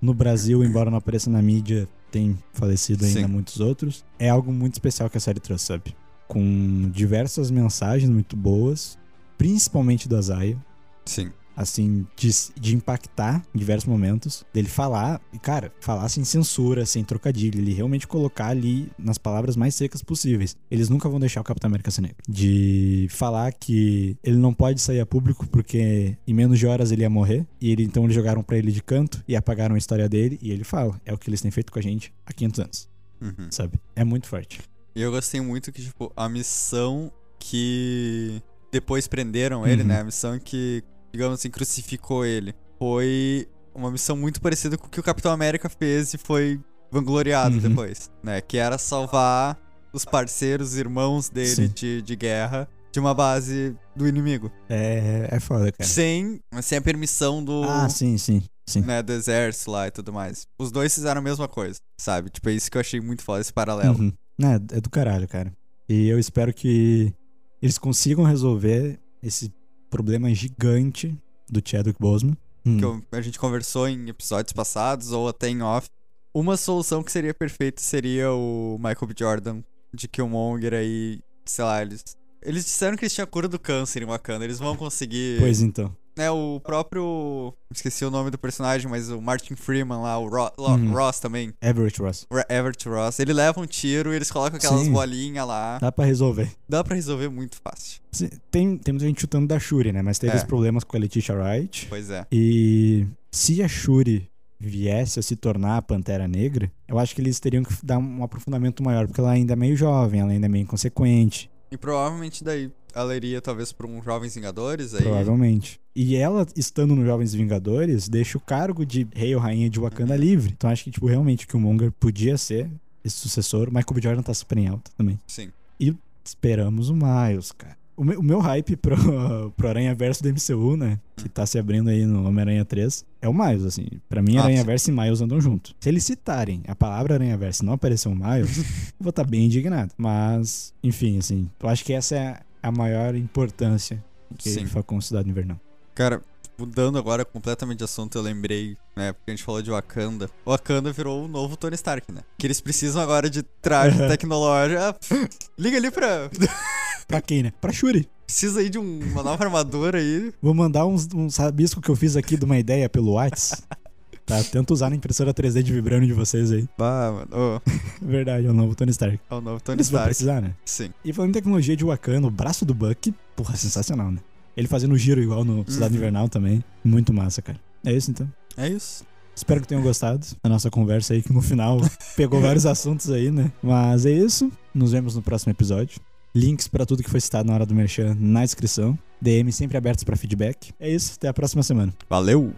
B: No Brasil, embora não apareça na mídia, tem falecido ainda
C: Sim.
B: muitos outros. É algo muito especial que a série trouxe, sabe? Com diversas mensagens muito boas, principalmente do Azaia,
C: Sim.
B: assim, de, de impactar em diversos momentos. Dele falar, e cara, falar sem censura, sem trocadilho. Ele realmente colocar ali nas palavras mais secas possíveis. Eles nunca vão deixar o Capitão América ser negro. De falar que ele não pode sair a público porque em menos de horas ele ia morrer. E ele então eles jogaram pra ele de canto e apagaram a história dele. E ele fala: é o que eles têm feito com a gente há 500 anos,
C: Uhum.
B: sabe? É muito forte.
C: E eu gostei muito que, tipo, a missão que depois prenderam ele,
B: Uhum.
C: né? A missão que, digamos assim, crucificou ele. Foi uma missão muito parecida com o que o Capitão América fez e foi vangloriado
B: Uhum.
C: depois, né? Que era salvar os parceiros, irmãos dele
B: Sim.
C: de, de guerra de uma base do inimigo.
B: É, é foda, cara.
C: Sem, sem a permissão do,
B: Ah, sim, sim, sim.
C: né, do exército lá e tudo mais. Os dois fizeram a mesma coisa, sabe? Tipo, é isso que eu achei muito foda, esse paralelo.
B: Uhum. É, é do caralho, cara. E eu espero que eles consigam resolver esse problema gigante do Chadwick Boseman. Hum.
C: que eu- a gente conversou em episódios passados ou até em off. Uma solução que seria perfeita seria o Michael B. Jordan de Killmonger aí, sei lá, eles. Eles disseram que eles tinham a cura do câncer em Wakanda, eles vão conseguir.
B: Pois então.
C: Né, o próprio. Esqueci o nome do personagem, mas o Martin Freeman lá, o Ro- Lo-
B: Uhum.
C: Ross também,
B: Everett Ross.
C: Ra- Everett Ross, ele leva um tiro e eles colocam aquelas
B: Sim.
C: bolinhas lá.
B: Dá pra resolver.
C: Dá pra resolver muito fácil.
B: Se- Tem, tem muita gente chutando da Shuri, né? Mas teve
C: É.
B: os problemas com a Letitia Wright.
C: Pois é.
B: E se a Shuri viesse a se tornar a Pantera Negra, eu acho que eles teriam que dar um aprofundamento maior, porque ela ainda é meio jovem, ela ainda é meio inconsequente.
C: E provavelmente daí ela iria talvez pra um Jovens Vingadores aí.
B: Provavelmente. E ela, estando no Jovens Vingadores, deixa o cargo de rei ou rainha de Wakanda livre. Então acho que, tipo, realmente que o Monger podia ser esse sucessor. Michael B. Jordan tá super em alta também.
C: Sim.
B: Esperamos o Miles, cara. O meu, o meu hype pro, [laughs] pro Aranha Verso do MCU, né? Que tá se abrindo aí no Homem-Aranha 3, é o Miles, assim. Pra mim,
C: Ah,
B: Aranha
C: sim.
B: Verso e Miles andam junto. Se eles citarem a palavra Aranha
C: [laughs]
B: tá Verso e não aparecer o Miles, eu vou estar bem indignado. Mas, enfim, assim, eu acho que essa é a maior importância que
C: Sim.
B: ele foi com Cidade Invernal.
C: Cara, mudando agora completamente de assunto, eu lembrei, né? Porque a gente falou de Wakanda. Wakanda virou o novo Tony Stark, né? Que eles precisam agora de traje tecnológico. Ah, pff, Liga ali pra.
B: Pra quem, né? Pra Shuri.
C: Precisa aí de um- uma nova armadura aí.
B: Vou mandar uns, uns rabiscos que eu fiz aqui de uma ideia pelo
C: [laughs]
B: Whats. Tá, tenta usar na impressora 3D de vibrando de vocês aí.
C: Bah, mano. ô,
B: Verdade, é o novo Tony Stark.
C: é o novo Tony
B: Eles vão
C: Stark.
B: precisar, né?
C: Sim.
B: E falando em tecnologia de Wakanda, o braço do Buck, porra, sensacional, né? Ele fazendo giro igual no Cidade
C: Uhum.
B: Invernal também. Muito massa, cara. É isso então.
C: É isso.
B: Espero que tenham gostado da nossa conversa aí, que no final pegou vários assuntos aí, né? Mas é isso. Nos vemos no próximo episódio. Links pra tudo que foi citado na hora do Merchan na descrição. DM sempre abertos pra feedback. É isso, até a próxima semana.
C: Valeu!